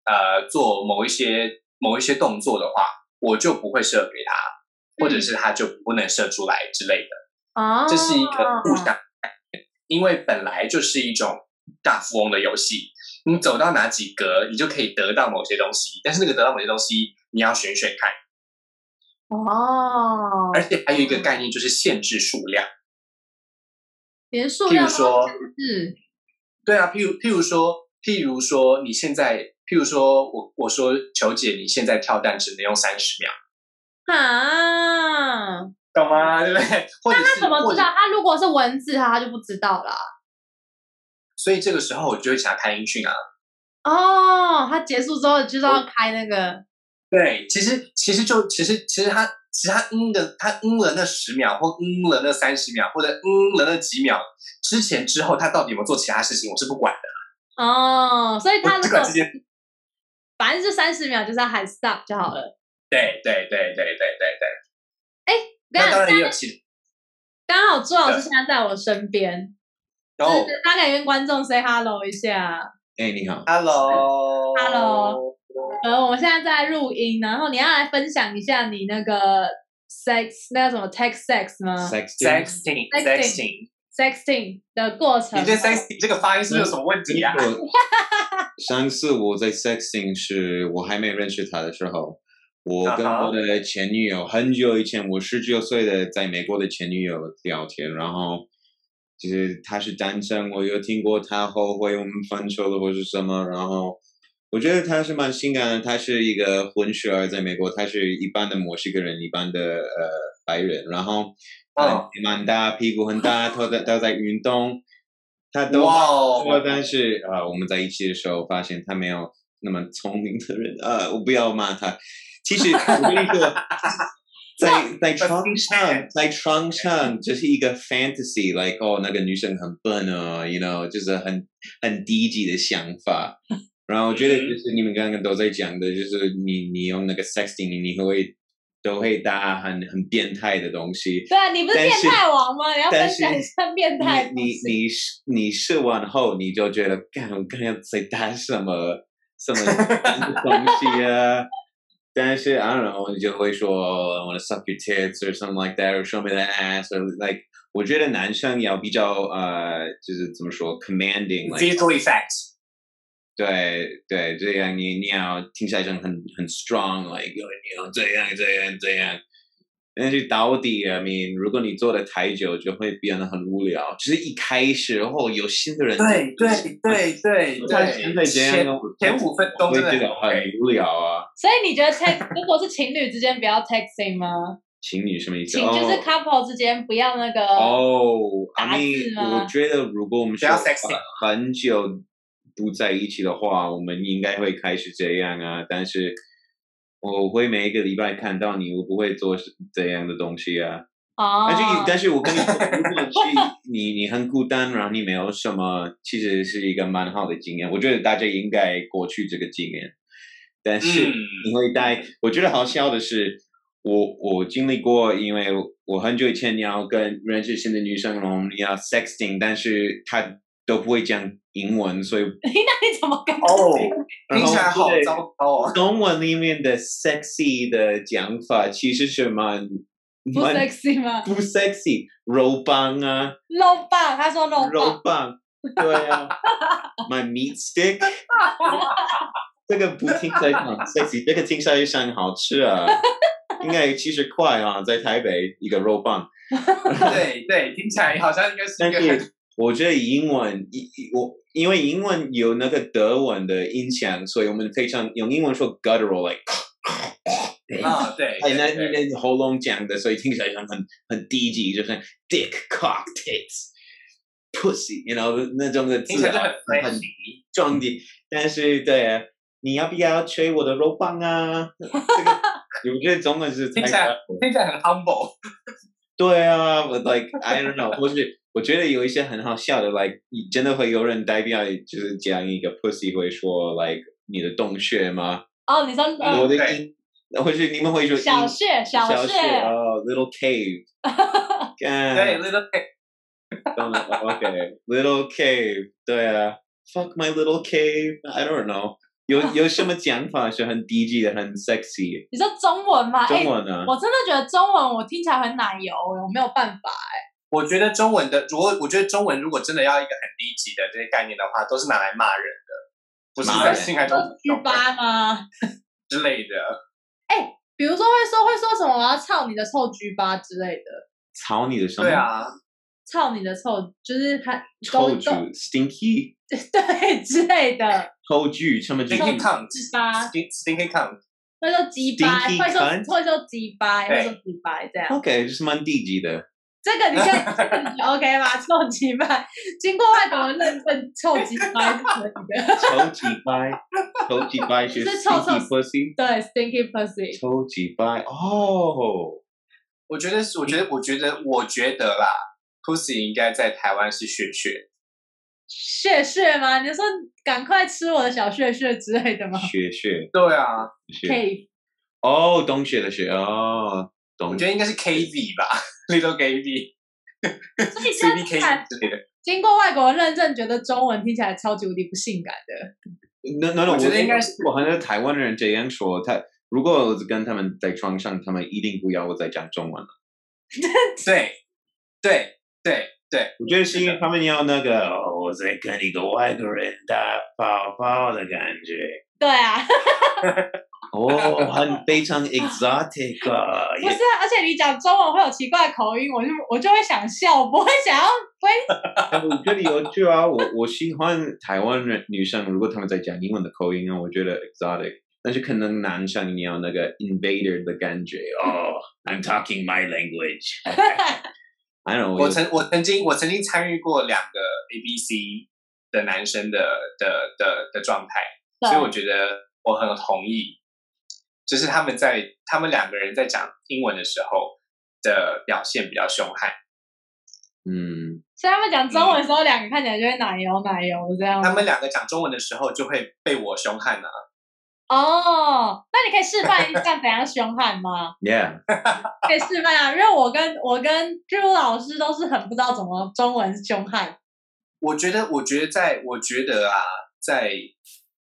S1: 呃做某一些某一些动作的话，我就不会射给他，
S2: 嗯
S1: 或者是他就不能射出来之类的。
S2: 哦，
S1: 这是一个互相，因为本来就是一种大富翁的游戏，你走到哪几格，你就可以得到某些东西，但是那个得到某些东西，你要选选看，
S2: 哦，
S1: 而且还有一个概念就是限制数量。
S2: 连数
S1: 譬
S2: 量
S1: 如
S2: 都
S1: 说，
S2: 是
S1: 对啊，譬如譬如说，譬如说，你现在，譬如说我我说球姐，你现在跳蛋只能用三十秒，
S2: 啊，
S1: 懂吗？对不对？或者
S2: 他
S1: 是
S2: 怎么
S1: 或
S2: 知
S1: 者
S2: 道？，他如果是文字，他他就不知道啦。
S1: 所以这个时候我就会想开音讯啊。
S2: 哦，他结束之后就是要开那个，
S1: 对，其实其实就其实其实他其实他嗯的他嗯了那十秒，或嗯了那三十秒，或者嗯了那几秒之前之后，他到底有没有做其他事情，我是不管的，
S2: 哦，所以他
S1: 我
S2: 如
S1: 只
S2: 果
S1: 管这件。
S2: 反正是三十秒，就是要喊 stop 就好了。
S1: 对对对对对对对，那
S2: 刚
S1: 当然也有
S2: 刚
S1: 其，
S2: 刚好朱老师现在在我身边，
S1: 然后
S2: 就是他可以跟观众 say hello 一下。
S3: 哎、你好，
S1: hello，hello，
S2: Hello 呃，我们现在在录音，然后你要来分享一下你那个 sex 那个什么 text sex
S1: 嗯
S2: 吗
S3: sexting，
S1: sexting，sexting。
S2: ？sexting 的过程
S1: 你
S2: 吗，
S3: 嗯
S1: 对 sexy 这个发音是不是有什么问题啊？
S3: 我 上次我在 sexting 是我还没认识他的时候，我跟
S1: 啊哈
S3: 我的前女友很久以前，我十九岁的在美国的前女友聊天，然后就是他是单身，我有听过他后悔我们分手了或是什么，然后我觉得他是蛮性感的，他是一个混血儿，在美国他是一般的墨西哥人，一般的呃白人，然后
S1: 嗯
S3: 蛮大，屁股很大，都在都在运动，他都
S1: 哇哦
S3: 说，但是啊、呃我们在一起的时候发现他没有那么聪明的人，呃，我不要骂他。其实我跟你说，在在床上，在床上这是一个 fantasy，like 哦，那个女生很笨哦，you know，就是很很低级的想法。然后我觉得就是你们刚刚都在讲的，就是你你用那个 sexting，你会都会搭很很变态的东西。
S2: 对，啊你不是
S3: 但
S2: 变
S3: 是
S2: 态王吗？你要分
S3: 但是
S2: 享一下变态
S3: 你你你试你试完后，你就觉得，干，我刚才在打什么什么东西啊？但是 I don't know，你就会说 I want to suck your tits or something like that or show me that ass or like，我觉得男生要比较呃，就是怎么说 commanding，like
S1: visual effect，
S3: 对对，这样你你要听起来就很很 strong，like 你要这样这样这样。但是到底，I mean，如果你做的太久，就会变得很无聊。就是一开始，哦，有新的人，
S1: 对对对对嗯
S3: 他现在
S1: 对，
S3: 这样
S1: 前
S3: 的，
S1: 前五分钟
S3: 会
S1: 真的
S3: 觉
S1: 很
S3: 得很
S1: OK
S3: 无聊啊。
S2: 所以你觉得 text 如果是情侣之间不要 texting
S3: 哦
S2: 吗？
S3: 情侣什么意思？
S2: 情就是
S3: 哦
S2: couple 之间不要那个
S3: 哦，I
S2: 打字
S3: mean，
S2: 吗
S3: 我觉得如果我们
S1: 不要
S3: 是
S1: sexy
S3: 很久不在一起的话，我们应该会开始这样啊。但是我会每一个礼拜看到你，我不会做这样的东西啊。
S2: 哦，
S3: 但是但是我跟你说，如果是 你你很孤单，然后你没有什么，其实是一个蛮好的经验。我觉得大家应该过去这个经验，但是
S1: 嗯
S3: 你会带。我觉得好笑的是，我我经历过，因为我很久以前要跟认识新的女生，然后我们要 sexting，但是她都不会讲英文，所以
S2: 那你怎么跟？
S1: 哦，
S3: 然
S1: 听
S3: 后
S1: 起来好
S3: 对
S1: 糟糕哦。
S3: 中文里面的 sexy 的讲法其实是蛮
S2: 不
S3: 蛮
S2: sexy 吗？
S3: 不 sexy，柔棒啊，
S2: 肉棒，他说肉棒
S3: 肉，棒，对 啊，my meat stick，这个不听起来很 sexy，这个听起来像好吃啊，应该七十块啊，在台北一个肉棒，嗯
S1: 对对，听起来好像应该是一
S3: 但
S1: 个很
S3: 是我觉得英文，一一我因为英文有那个德文的音响，所以我们非常用英文说 guttural，like
S1: 啊，对，
S3: 哎，那
S1: 对对
S3: 那喉咙讲的，所以听起来像很很低级，就是 dick cock tits pussy，you know 那种的
S1: 听
S3: 字
S1: 起来就
S3: 啊
S1: 很，
S3: 很
S1: f
S3: 很
S1: a
S3: 壮的。但是对啊，你要不要吹我的肉棒啊？ 这个有些中文是
S1: 听起来
S3: 太
S1: 听起来很 humble。
S3: 对啊，我 like I don't know，或是我觉得有一些很好笑的，like 你真的会有人代表就是讲一个 pussy 会说 like 你的洞穴吗？
S2: 哦，你说呃
S3: 我的
S1: 嗯对
S3: 阴，或是你们会说
S2: 小
S3: 阴
S2: 穴
S3: 小
S2: 小穴，
S3: 哦，little cave，干
S1: 对，little pig，
S3: 懂了，OK，little cave，对啊，fuck my little cave，I don't know，有有什么讲法是很低级的，很 sexy，
S2: 你说中文吗？哎
S3: 中，文呢？
S2: 我真的觉得中文我听起来很奶油，我没有办法。
S1: 我觉得中文的，如果我觉得中文如果真的要一个很低级的这些概念的话，都是拿来骂人的，不是
S3: 骂
S1: 在
S3: 人
S1: 性爱中
S2: 说鸡巴吗？
S1: 之类的。
S3: 嗯
S2: 比如说会说会说什么我要操你的臭鸡巴之类的，
S3: 操你的什么？
S1: 对啊，
S2: 操你的臭就是他
S3: 臭
S2: 都
S3: 剧
S2: 都
S3: ，stinky，
S2: 对之类的
S3: 臭剧，什么剧
S1: stinky cunt，
S2: 鸡巴，
S1: Stink- stinky cunt，
S2: 会说鸡巴，
S3: Stinky
S2: 会说
S3: cunt
S2: 会说鸡巴，
S1: 对
S2: 会说鸡巴这样。
S3: ？OK，就是蛮低级的。
S2: 这个你现在这个你 OK 吗？臭鸡巴， 经过外国人认证，臭鸡巴是可以的。
S3: 臭鸡掰，臭鸡掰是
S2: 是臭臭
S3: stinky pussy，
S2: 对，stinky pussy，
S3: 臭鸡掰哦。
S1: 我觉得是，我觉得，我觉得，我觉得啦，pussy 应该在台湾是血血，
S2: 血血吗？你就说赶快吃我的小血血之类的吗？
S3: 学学
S1: 对啊，
S2: 可
S3: 学，
S2: 以，
S3: 哦，懂学的学哦，
S1: 我
S3: 懂
S1: 觉得应该是 KV 吧，little KV，
S2: 所 以现在听起来
S1: CBKV 之类的。
S2: 经过外国人认证，觉得中文听起来超级无敌不性感的。
S3: 那那那，
S1: 我觉得应该是
S3: 我很多台湾人这样说，他如果我跟他们在床上，他们一定不要我再讲中文了。
S1: 对，对，对，对，
S3: 我觉得是因为他们要那个、哦、我在跟一个外国人打泡泡的感觉，
S2: 对啊，
S3: 哦，很非常 exotic 啊，
S2: 不是
S3: 也
S2: 啊，而且你讲中文会有奇怪的口音，我就我就会想笑，我不会想要不会。
S3: 我觉得有趣啊。我我喜欢台湾人女生，如果他们在讲英文的口音啊，我觉得 exotic。但是可能男生你要那个 invader 的感觉哦、i m talking my language 。I don't know，
S1: 我曾我曾经我曾经参与过两个 A B C 的男生的的的的状态，所以我觉得我很同意，就是他们在他们两个人在讲英文的时候的表现比较凶悍，
S3: 嗯。
S2: 所以他们讲中文的时候，两个看起来就会奶油奶油的这样吗。
S1: 他们两个讲中文的时候就会被我凶悍了、
S2: 哦，那你可以示范一下怎样凶悍吗？
S3: Yeah，
S2: 可以示范啊，因为我跟我跟剧务老师都是很不知道怎么中文凶悍。
S1: 我觉得，我觉得在，我觉得啊，在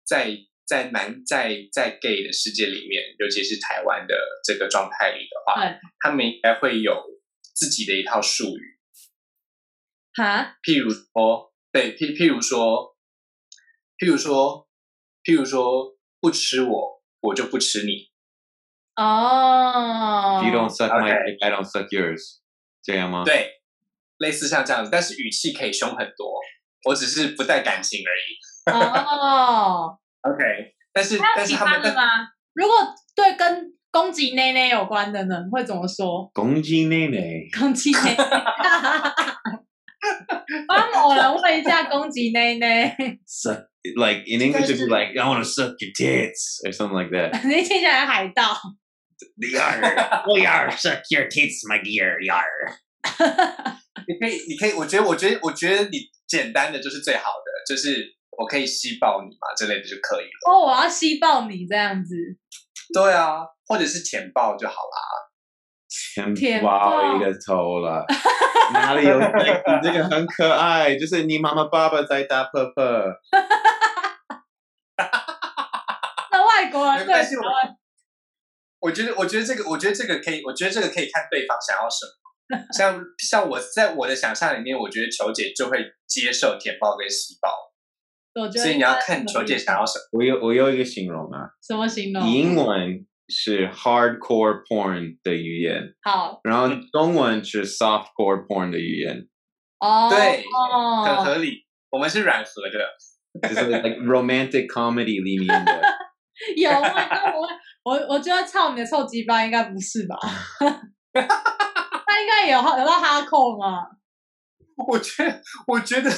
S1: 在在男在在 gay 的世界里面，尤其是台湾的这个状态里的话，
S2: 嗯
S1: 他们应该会有自己的一套术语，
S2: 哈，
S1: 譬如说，对，譬譬如说，譬如说，譬如说，不吃我，我就不吃你。
S2: 哦
S3: If
S2: Um,
S3: you don't suck my
S1: Okay.
S3: dick, I don't suck yours，这样吗？
S1: 对，类似像这样子，但是语气可以凶很多，我只是不带感情而已。
S2: 哦，
S1: OK，但是
S2: 还有
S1: 但
S2: 其
S1: 是他
S2: 他
S1: 们
S2: 的吗？如果对跟攻击内内有关的呢，会怎么说？
S3: 攻击内内，
S2: 攻击内内，帮某人问一下攻击内 内，
S3: suck like in English it'd be like I want to suck your tits or something like that.
S2: 你听起来海盗
S3: Yar, oh yar, suck your tits, my dear yar.
S1: 你可以，你可以，我觉得，我觉得，我觉得你简单的就是最好的，就是我可以吸爆你嘛之类的就可以了。
S2: 哦，我要吸爆你这样子，
S1: 对啊，或者是钱爆就好了。
S2: 舔爆。
S3: 舔爆你的头了，哪里有？你这个很可爱，就是你妈妈爸爸在打泡泡。
S2: 那外国人
S1: 没
S2: 对
S1: 关系
S2: 台
S1: 我
S2: 湾
S1: 我觉得，我觉得这个，我觉得这个可以，我觉得这个可以看对方想要什么。像像我在我的想象里面，我觉得球姐就会接受舔爆跟吸爆，
S2: 我觉得
S1: 所以你
S2: 应该
S1: 要看
S2: 可以
S1: 球姐想要什么。
S3: 我有我有一个形容啊，
S2: 什么形容？
S3: 英文是 hardcore porn 的语言，
S2: 好
S3: 然后中文是 softcore porn 的语言，
S2: 哦，
S1: 对很
S2: 哦，
S1: 合理。我们是软和的，
S3: 就是 like romantic comedy 里面的。
S2: 有吗？那我我我觉得操你的臭鸡巴应该不 是吧？他应该有有到哈扣吗？
S1: 我觉得，我觉得，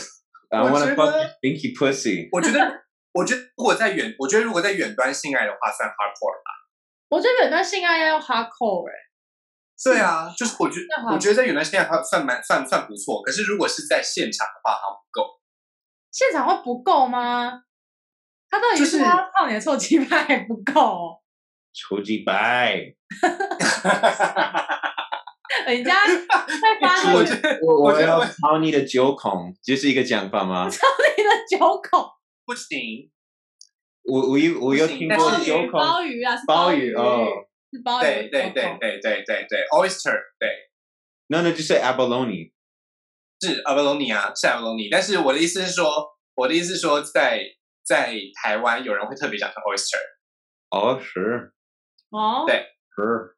S3: I
S1: 我
S3: want
S1: 觉得
S3: to fuck your stinky pussy。
S1: 我觉得，我觉得如果在远，我觉得如果在远端性爱的话，算 hardcore 吧。
S2: 我觉得远端性爱要哈扣哎，
S1: 对啊，就是我觉
S2: 那
S1: 得，
S2: 好
S1: 我觉得在远端性爱还算蛮算算不错。可是如果是在现场的话，好像不够。
S2: 现场会不够吗？他到底
S1: 就是
S2: 是他要操你的臭鸡巴还不够哦？
S3: 求鸡掰！
S2: 人 家在发
S1: 我
S2: 那
S1: 觉
S2: 个
S1: 得，
S3: 我
S1: 我
S3: 我
S1: 觉得
S3: 要
S1: 我
S3: 掏你的九孔，这是一个讲法吗？
S2: 你的九孔
S1: 不行。
S3: 我我有我有
S1: 不行
S3: 听
S1: 但
S3: 过
S1: 是
S3: 九
S2: 鱼，
S3: 孔，
S2: 鲍鱼啊，是
S3: 鲍
S2: 鱼
S3: 鱼哦，
S2: 是鲍鱼，
S1: 对对对对对对对，oyster 对
S3: 那那就是 abalone。
S1: 是 abalone 啊，是 abalone。但是我的意思是说，我的意思是说在，在台湾有人会特别讲成 oyster，
S3: 哦，是
S2: 哦，
S1: 对
S3: 是，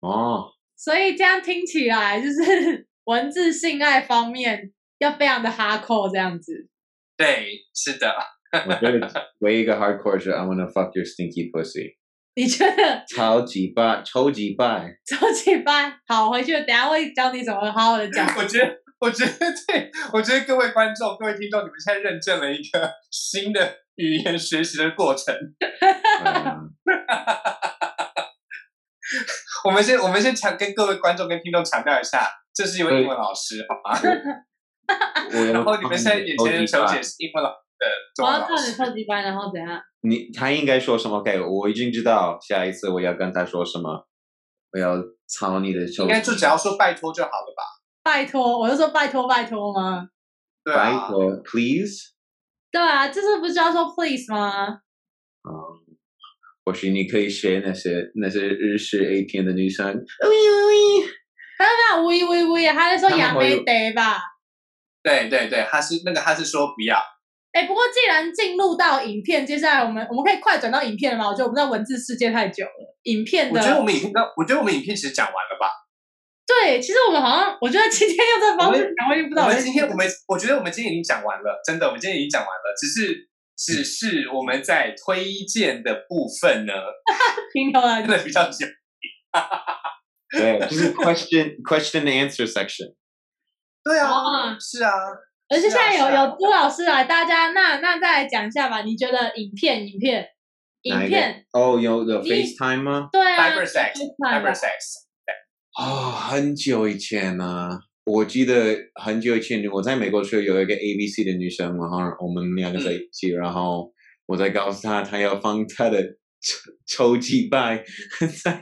S3: 哦，
S2: 所以这样听起来就是 文字性爱方面要非常的哈扣这样子。
S1: 对，是的。
S3: 我觉得唯一一个 hardcore 是 I want to fuck your stinky pussy，
S2: 你觉得
S3: 超级掰，抽几掰。
S2: 周启班好？回去等一下会教你怎么好好 的讲。
S1: 我觉得，我觉得对，我觉得各位观众、各位听众，你们现在认证了一个新的语言学习的过程。
S3: 嗯
S1: 我们先，我们先强跟各位观众跟听众强调一下，这是一位
S3: 对
S1: 英文老师，好吗？
S3: 我要
S1: 然后你们现在眼前的
S3: 抽
S1: 小
S3: 几
S1: 姐
S3: 掰
S1: 是英文老的中
S2: 我
S1: 文
S2: 要
S1: 老
S2: 靠你
S1: 师，
S2: 臭鸡班，然后怎样？
S3: 你他应该说什么？OK，我已经知道下一次我要跟他说什么，我要操你的臭
S1: 应
S3: 鸡，
S1: 该就只要说拜托就好了吧？
S2: 拜托，我就说拜托拜托吗？
S1: 对
S3: 拜
S1: 啊，
S3: 托，please。
S2: 对啊，就是不是要说 please 吗？
S3: 或许你可以学那些那些日式 A 片的女生，喂喂喂，
S2: 他就那喂喂喂，啊他在说
S3: 他们
S2: 亚
S3: 会
S2: 美
S3: 有
S2: 得吧？
S1: 对对对，他是那个他是说不要，
S2: 哎，不过既然进入到影片，接下来我们我们可以快转到影片了吗？我觉得我们在文字世界太久了，影片
S1: 我觉得我
S2: 的
S1: 们影片，我觉得我们影片其实讲完了吧？
S2: 对，其实我们好像我觉得今天用这方
S1: 我
S2: 式
S1: 们
S2: 讲，我已经不知道
S1: 我
S2: 在
S1: 们今天我们我觉得我们今天已经讲完了，真的，我们今天已经讲完了，只是只是我们在推荐的部分呢，
S2: 停留了
S1: 真。的比较久。
S3: 对，就是 question question and answer section。
S1: 对
S2: 哦
S1: 啊， 是啊，
S2: 而且现在有
S1: 是啊
S2: 有朱老师来，大家那那再来讲一下吧。你觉得影片影片影
S3: 哪一个
S2: 片
S3: 哦，有有
S2: 你
S3: FaceTime 吗？
S2: 对啊
S1: Cyber sex，
S2: 就是看
S1: cyber
S2: 吧
S1: sex，
S3: 哦，很久以前呢、我记得很久以前我在美国的时候有一个 ABC 的女生，然后我们两个在一起，然后我在告诉她，她要放她的抽抽气拜在。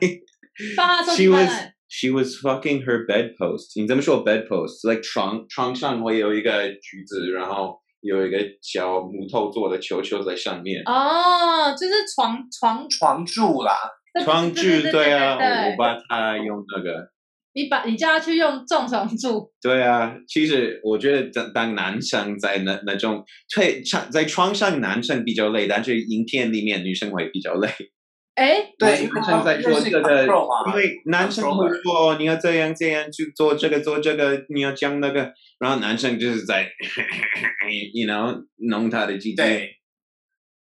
S2: 放她抽
S3: She
S2: 屉拜
S3: was she was fucking her bedpost。你怎么说 bedpost？Like 床床上会有一个橘子，然后有一个小木头做的球球在上面。
S2: 哦，就是床床
S1: 床柱啦，
S3: 床具对啊，我
S2: 对
S3: 我把它用那个。
S2: 你把你叫他去用重手术，
S3: 对啊，其实我觉得当当男生在那那种在床在床上男生比较累，但是影片里面女生会比较累，
S2: 哎，
S1: 对，
S3: 男生在做这个，因
S1: 对，
S3: 为男生会说哦你要这样这样去做这个做这个，你要讲那个，然后男生就是在 ，you know 弄他的鸡鸡，
S1: 对，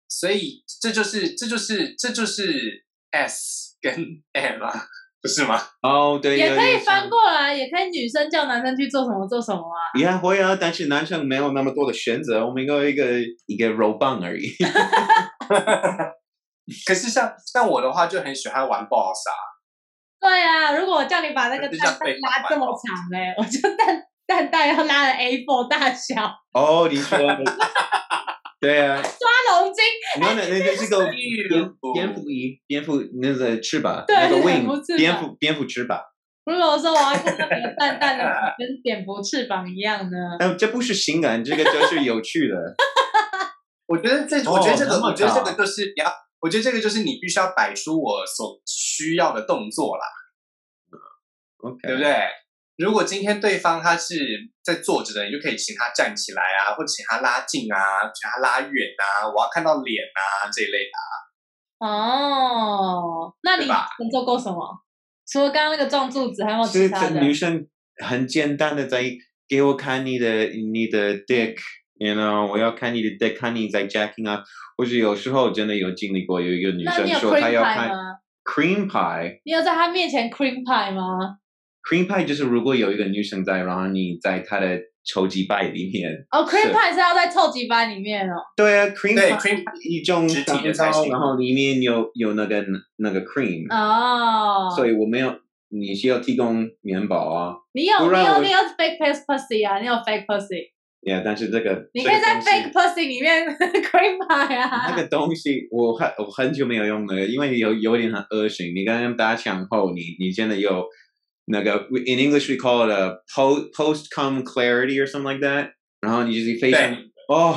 S1: 所以这就是这就是这就是 S 跟 M 啊，不是吗？
S3: 哦对，
S2: 也可以翻
S3: 过，
S2: 过来，也可以女生叫男生去做什么做什么啊。
S3: 也会啊，但是男生没有那么多的选择，我们有一个一个肉棒而已，
S1: 可是像像我的话，就很喜欢玩 boss 啊，
S2: 对啊，如果我叫你把那个
S1: 就是
S2: 蛋
S1: 像
S2: 蛋
S1: 被
S2: 拉
S1: 打
S2: 这
S1: 完
S2: 么
S1: 了
S2: 长嘞、我就蛋蛋蛋要拉了 A4 大小， 抓
S3: 哦，你 说的，对啊，
S2: 龙筋，
S3: 那那那就是个蝙蝙蝠翼，蝙蝠那个翅膀，那个
S2: 对蝙
S3: wing，
S2: 蝠翅
S3: 蝙
S2: 膀
S3: 蝠蝙蝠翅膀。
S2: 如果说我要看到你的蛋蛋 的跟蝙蝠翅膀一样呢？
S3: 但这不是性感，这个就是有趣的。
S1: 我觉得这，
S3: 哦
S1: 我觉得这
S3: 那
S1: 个，
S3: 么
S1: 我觉得这
S3: 长
S1: 个就是你要，我觉得这个就是你必须要摆出我所需要的动作啦，
S3: OK，
S1: 对不？对？如果今天对方他是在坐着的，你就可以请他站起来啊，或请他拉近啊，请他拉远啊，我要看到脸啊这一类的。
S2: 哦，那你
S1: 对吧
S2: 曾做过什么？除了刚刚那个撞柱子，还有没有
S3: 所
S2: 其
S3: 以
S2: 他
S3: 这
S2: 的？
S3: 女生很简单的在给我看你的你的
S2: 嗯
S3: dick，you know，我要看你的 dick，看你在 jacking up，或者有时候真的有经历过有一个女
S2: 那
S3: 生
S2: 你有
S3: 说
S2: cream
S3: 她要
S2: pie
S3: 看
S2: 吗？
S3: cream pie。
S2: 你有在他面前 cream pie 吗
S3: cream pie 就是如果有一个女生在，然后你在她的臭鸡败里面，
S2: 哦，cream
S3: 是
S2: pie 是要在臭鸡班里面哦。
S3: 对啊，cream
S1: 对
S3: pie
S1: ，cream
S3: 一种
S1: 肢体的才
S3: 蛋糕，
S1: 行
S3: 然后里面有有那个那个 cream，、
S2: 哦，
S3: 所以我没有，你需要提供棉宝啊
S2: 你有
S3: 不
S2: 你
S3: 然
S2: 有
S3: 我
S2: 你有 fake pus- pussy 啊，你有 fake pussy，
S3: ，yeah，但是这个
S2: 你
S3: 这
S2: 可以
S3: 个
S2: 在
S3: 东西
S2: fake pussy 里面 cream pie 啊。
S3: 那个东西我很我很久没有用了，因为有有点很恶心。你刚刚搭墙后，你你真的有那个 we- in English we call it a post post com clarity or something like that。然后你就是非常
S1: 对
S3: 哦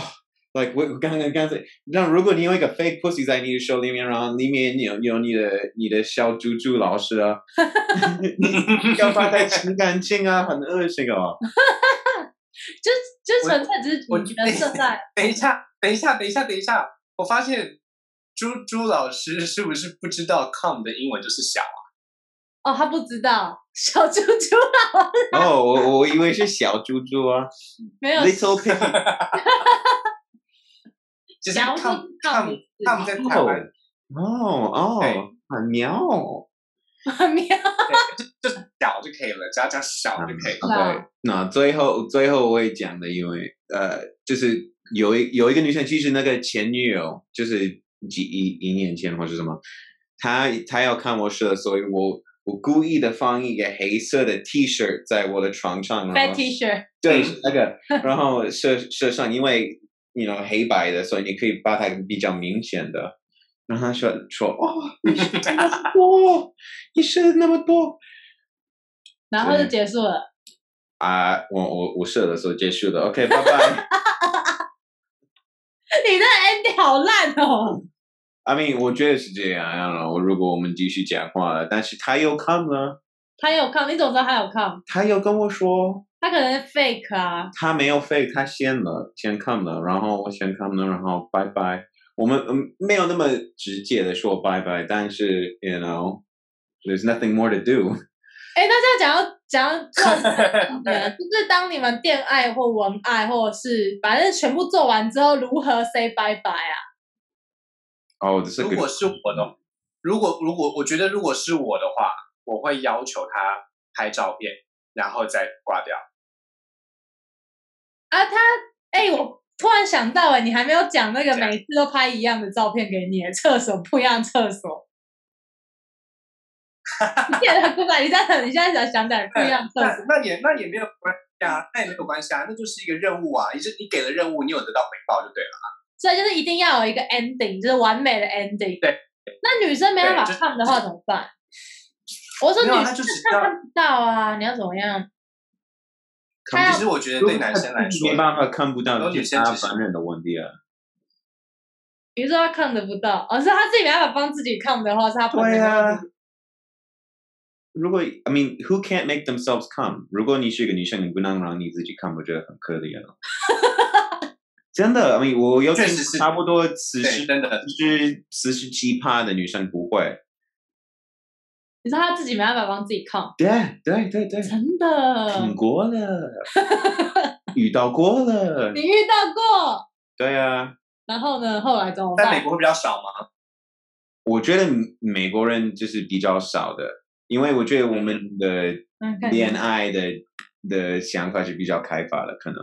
S3: ，like 我我刚刚刚才，那如果你有一个 fake pussy 在你的手里面，然后里面有有你的你的小猪猪老师啊，你要发在情感性啊，很恶心 哦。
S2: 就就
S1: 我
S2: 纯粹只是
S1: 我
S2: 你觉得现在
S1: 等一下，等一下，等一下，等一下，我发现朱朱老师是不是不知道 com 的英文就是小啊？
S2: 哦，他不知道小猪 猪
S3: 哦，我我以为是小猪猪 啊
S2: 没有
S3: ，little pig。
S1: 其实 com
S2: 小猪
S1: com com 在台湾
S3: 哦哦
S1: 对，
S3: 很妙。哦
S2: 猪 没有
S3: 嗯
S1: 对，就就是小就可以了，只要讲小就可以了。
S2: 啊
S3: 对，那最后最后我也讲的，因为呃，就是有一有一个女生，其实那个前女友就是几一一年前或是什么，她她要看我射，所以我我故意的放一个黑色的 T 恤在我的床上，然
S2: fat
S3: 后
S2: T 恤，
S3: 对那 个，然后射射上，因为你 know 黑白的，所以你可以把它比较明显的。然后她说说哦，你 射那么多，你射那么多，
S2: 然后就
S3: 对
S2: 结束了。
S3: 啊，我我我射的时候结束了，OK，拜 拜。
S2: 你那 end 好烂哦！
S3: I mean，我觉得是这样样了。我如果我们继续讲话了，但是他又看了，
S2: 他有看，你怎么知道他有看？
S3: 他又跟我说
S2: 他可能是 fake 啊，
S3: 他没有废，他先了，先看了，然后我先看了，然后拜拜。我们嗯没有那么直接的说拜拜，但是 you know，there's nothing more to do。
S2: 哎，那这样讲要讲到做什么呢就是当你们恋爱或文爱，或者是反正全部做完之后，如何 say bye bye 啊？
S3: 哦，这
S1: 如
S3: 个
S1: 果是我的，如果如果我觉得如果是我的话，我会要求他拍照片，然后再挂掉。
S2: 啊，他哎、我突然想到哎、你还没有讲那个
S1: 这样
S2: 每次都拍一样的照片给你，厕所不一样的厕所。 你现在不管你在你现在想想点不一样的厕
S1: 那
S2: 所，
S1: 那也那也没有关系啊，那也没有关系啊，那就是一个任务啊，你是你给了任务，你有得到回报就对了。
S2: 所以就是一定要有一个 ending，就是完美的 ending。
S1: 对。
S2: 那女生没办法
S1: 对就是
S2: 看的话怎么办？我说
S1: 没有啊
S2: 女
S1: 那
S2: 生
S1: 就只
S2: 看
S1: 要
S2: 不到啊，你要怎么样？
S3: 看
S1: 其
S3: 不
S1: 实我觉得
S3: 如
S1: 对
S3: 果
S1: 男
S3: 他
S1: 生来
S3: 自己
S1: 说，
S3: 没办法看不
S1: 如
S3: 到，
S1: 果女
S3: 就是
S1: 生
S3: 他
S1: 只是
S3: 本人的问题啊。
S2: 比如说她看得不到，哦而、是她自己没办法帮自己看的话，是她旁
S3: 对
S2: 边
S3: 啊。如果 I mean who can't make themselves come？如果你是一个女生，你不能让你自己看，我觉得很可 怜哦。真的，I mean 我有
S1: 确
S3: 听
S1: 实是
S3: 差不多四
S1: 对，
S3: 十、
S1: 真的，
S3: 是四十七趴的女生不会。
S2: 你说她自己没办法帮自己看，
S3: 对对对对，
S2: 真的，
S3: 挺
S1: 嗯
S3: 过了，遇到过了
S2: 你。遇到过？
S3: 对啊，
S2: 然后呢？后来怎么
S1: 在美
S2: 办？
S1: 国会比较少嘛。
S3: 我觉得美国人就是比较少的，因为我觉得我们的
S2: 嗯，看
S3: 恋爱的的想法是比较开发的，可能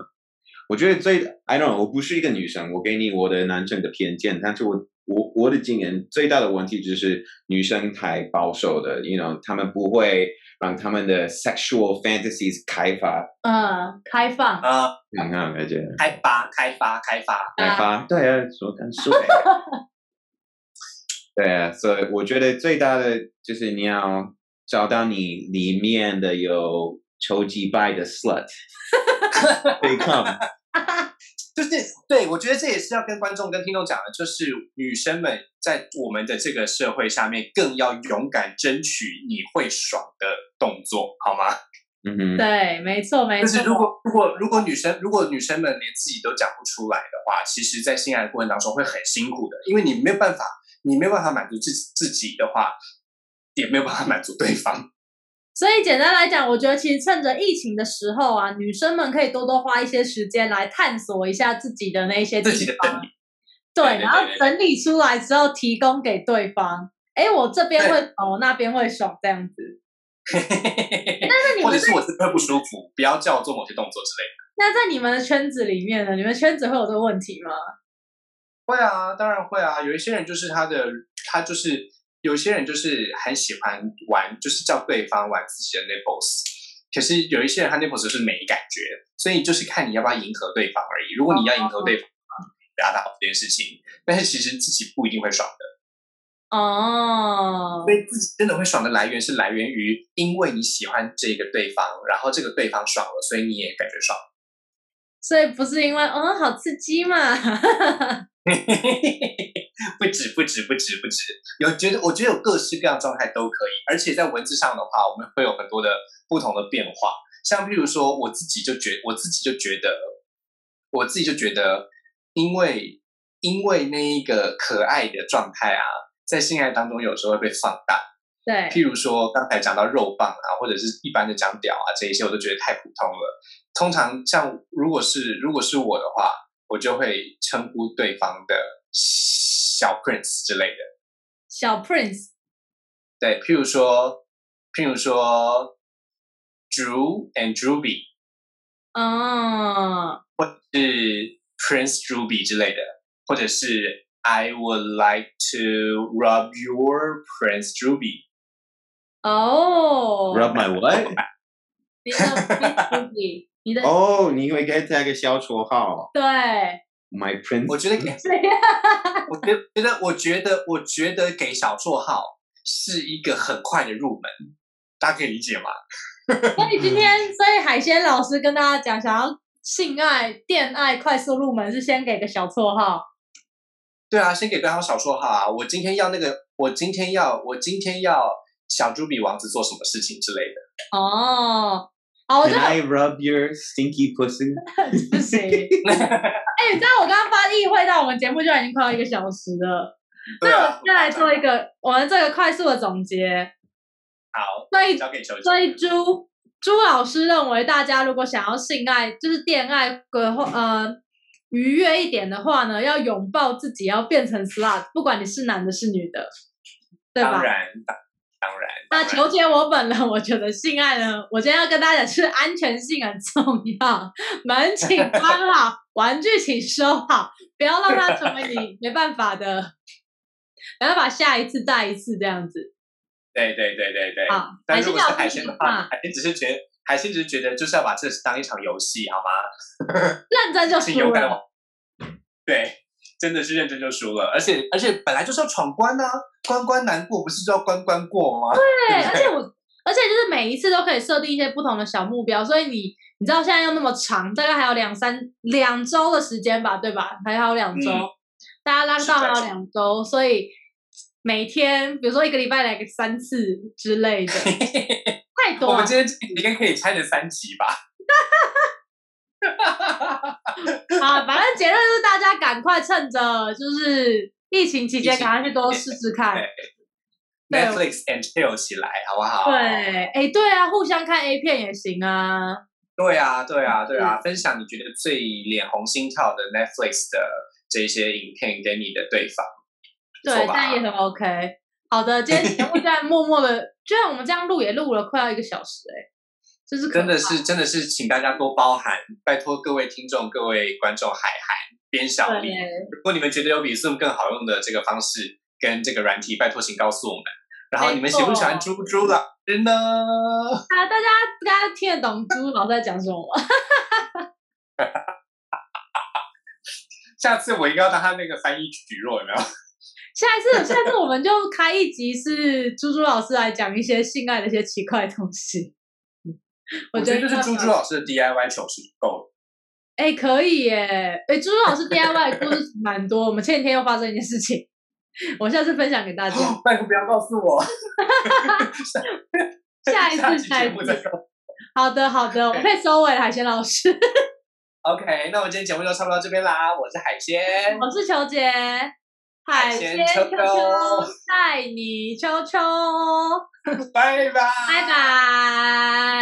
S3: 我觉得最 I don't know，我不是一个女生，我给你我的男生的偏见，但是我我我的经验最大的问题就是女生太保守的，you know，她们不会让她们的 sexual fantasies 开发，
S2: 嗯，开放，
S1: 啊、
S3: 看看感觉
S1: 开发开发开发，
S3: 开发，对啊，说 感受。对啊，所以我觉得最大的就是你要找到你里面的有求击败 的 slut，对抗，
S1: 就是对我觉得这也是要跟观众跟听众讲的，就是女生们在我们的这个社会下面更要勇敢争取你会爽的动作，好吗？
S3: 嗯哼。
S2: 对，没错，没
S1: 但是
S2: 错。
S1: 如果如果如果女生如果女生们连自己都讲不出来的话，其实，在性爱的过程当中会很辛苦的，因为你没有办法，你没有办法满足自自己的话，也没有办法满足对方。
S2: 所以简单来讲，我觉得其实趁着疫情的时候啊，女生们可以多多花一些时间来探索一下自己的那一些地
S1: 自己的
S2: 方
S1: 整，
S2: 对，
S1: 对对
S2: 然后
S1: 对对
S2: 整理出来之后提供给对方。哎，我这边
S1: 对
S2: 会哦，那边会爽，这样子。那你
S1: 或者
S2: 们
S1: 是
S2: 在
S1: 我是会不舒服，不要叫我做某些动作之类的。
S2: 那在你们的圈子里面呢？你们圈子会有这个问题吗？
S1: 会啊，当然会啊。有一些人就是他的，他就是有些人就是很喜欢玩，就是叫对方玩自己的 nipples。可是有一些人他 nipples 就是没感觉，所以就是看你要不要迎合对方而已。如果你要迎合对方，表达好这件事情，但是其实自己不一定会爽的。
S2: 哦
S1: 所，以自己真的会爽的来源是来源于，因为你喜欢这个对方，然后这个对方爽了，所以你也感觉爽。
S2: 所以不是因为嗯好刺激嘛，
S1: 不止不止不止不止，有觉得我觉得有各式各样的状态都可以，而且在文字上的话，我们会有很多的不同的变化。像譬如说，我自己就觉我自己就觉得，我自己就觉得，因为因为那一个可爱的状态啊，在性爱当中有时候会被放大。
S2: 对，
S1: 譬如说刚才讲到肉棒啊，或者是一般的讲屌啊这一些，我都觉得太普通了。通常像如果是如果是我的话，我就会称呼对方的小 prince 之类的。
S2: 小 Prince
S1: 对，譬如说譬如说 Drew and Drewby
S2: 哦，
S1: 或者是 Prince Drewby 之类的，或者是 I would like to rub your Prince Drewby。
S2: 哦
S3: Rub my what？
S2: 你的 Prince Ruby，你的、
S3: 哦，你会给他一个小绰号
S2: 对，
S3: ，My Prince。
S1: 我觉得给
S2: 嗯
S1: 我觉得，觉得，我觉得，我觉得给小绰号是一个很快的入门，大家可以理解吗？
S2: 所以今天，所以海鲜老师跟大家讲，想要性爱、恋爱快速入门，是先给个小绰号。
S1: 对啊，先给对方小绰号啊！我今天要那个，我今天要，我今天要小猪比王子做什么事情之类的。
S2: 哦，好，我就
S3: Can I rub your stinky pussy？
S2: 不行。哎、你知道我刚刚发意会到，我们节目就已经快要一个小时了。
S1: 对
S2: 那我
S1: 啊
S2: 们，再来做一个我们这个快速的总结。
S1: 好，
S2: 所以
S1: 交给球球。
S2: 所以朱朱老师认为，大家如果想要性爱，就是恋爱的话，呃，愉悦一点的话呢，要拥抱自己，要变成 slut，不管你是男的是女的，对吧
S1: 当？然，当当然。
S2: 那
S1: 当然
S2: 求解我本人，我觉得性爱呢，我今天要跟大家讲，是安全性很重要，门请关好，玩具请收好，不要让它成为 你没办法的，没办法下一次再一次这样子。
S1: 对对对对对。
S2: 好，
S1: 但
S2: 还
S1: 如
S2: 是
S1: 果是
S2: 要嗯
S1: 海鲜的话，海鲜只是觉得，海鲜只是觉得就是要把这当一场游戏，好吗？
S2: 认真就
S1: 请
S2: 输
S1: 勇敢
S2: 了
S1: 往。嗯对，真的是认真就输了，而且而且本来就是要闯关呐、啊，关关难过不是就要关关过吗？
S2: 对，
S1: 对
S2: 而且我，而且就是每一次都可以设定一些不同的小目标，所以你你知道现在又那么长，大概还有两三两周的时间吧，对吧？还有两周，
S1: 嗯
S2: 大家拉
S1: 是
S2: 到
S1: 的
S2: 还有
S1: 是的
S2: 两周，所以每天比如说一个礼拜来个三次之 类的，太
S1: 我
S2: 多
S1: 们
S2: 了。
S1: 今天应该可以拆成三集吧？
S2: 啊，反正结论就是大家赶快趁着就是疫情期间，
S1: 疫情
S2: 赶快去多试试看。对
S1: Netflix and chill 起来，好不好？
S2: 对，哎，对啊，互相看 A 片也行啊。
S1: 对啊，对
S2: 嗯
S1: 啊，对啊！分享你觉得最脸红心跳的 Netflix 的这些影片给你的对方，不
S2: 对，
S1: 错
S2: 但
S1: 吧
S2: 也很 OK。好的，今天节目在默默的，就像我们这样录也录了快要一个小时、欸，哎，这是可
S1: 真的是真的是，请大家多包涵，拜托各位听众、各位观众海涵，编小力。
S2: 对，
S1: 如果你们觉得有比 Zoom 更好用的这个方式跟这个软体，拜托请告诉我们。然后你们喜不喜欢
S2: 没
S1: 猪猪老师呢？
S2: 啊，大家大家听得懂朱老师在讲什么吗？
S1: 下次我应该要当他那个翻译举弱，有没有？
S2: 下一次，下次我们就开一集是猪猪老师来讲一些性爱的一些奇怪的东西。
S1: 我
S2: 觉
S1: 觉得
S2: 得
S1: 就是猪猪老师的 DIY 糗事够了。
S2: 哎、可以耶！哎，猪猪老师 DIY 的故事蛮多，我们前几天又发生一件事情，我下次分享给大家。
S1: 拜托不要告诉 我。
S2: 下一次
S1: 期
S2: 下一
S1: 节目再
S2: 次
S1: 告诉我
S2: 好的，好的，我们可以收尾了，海鲜老师，
S1: OK，那我们今天节目就差不多到这边啦。我是海 鲜，
S2: 我是球姐，海鲜
S1: 鲜
S2: 球
S1: 球
S2: 球
S1: 球
S2: 带你球球，
S1: 拜拜，
S2: 拜拜。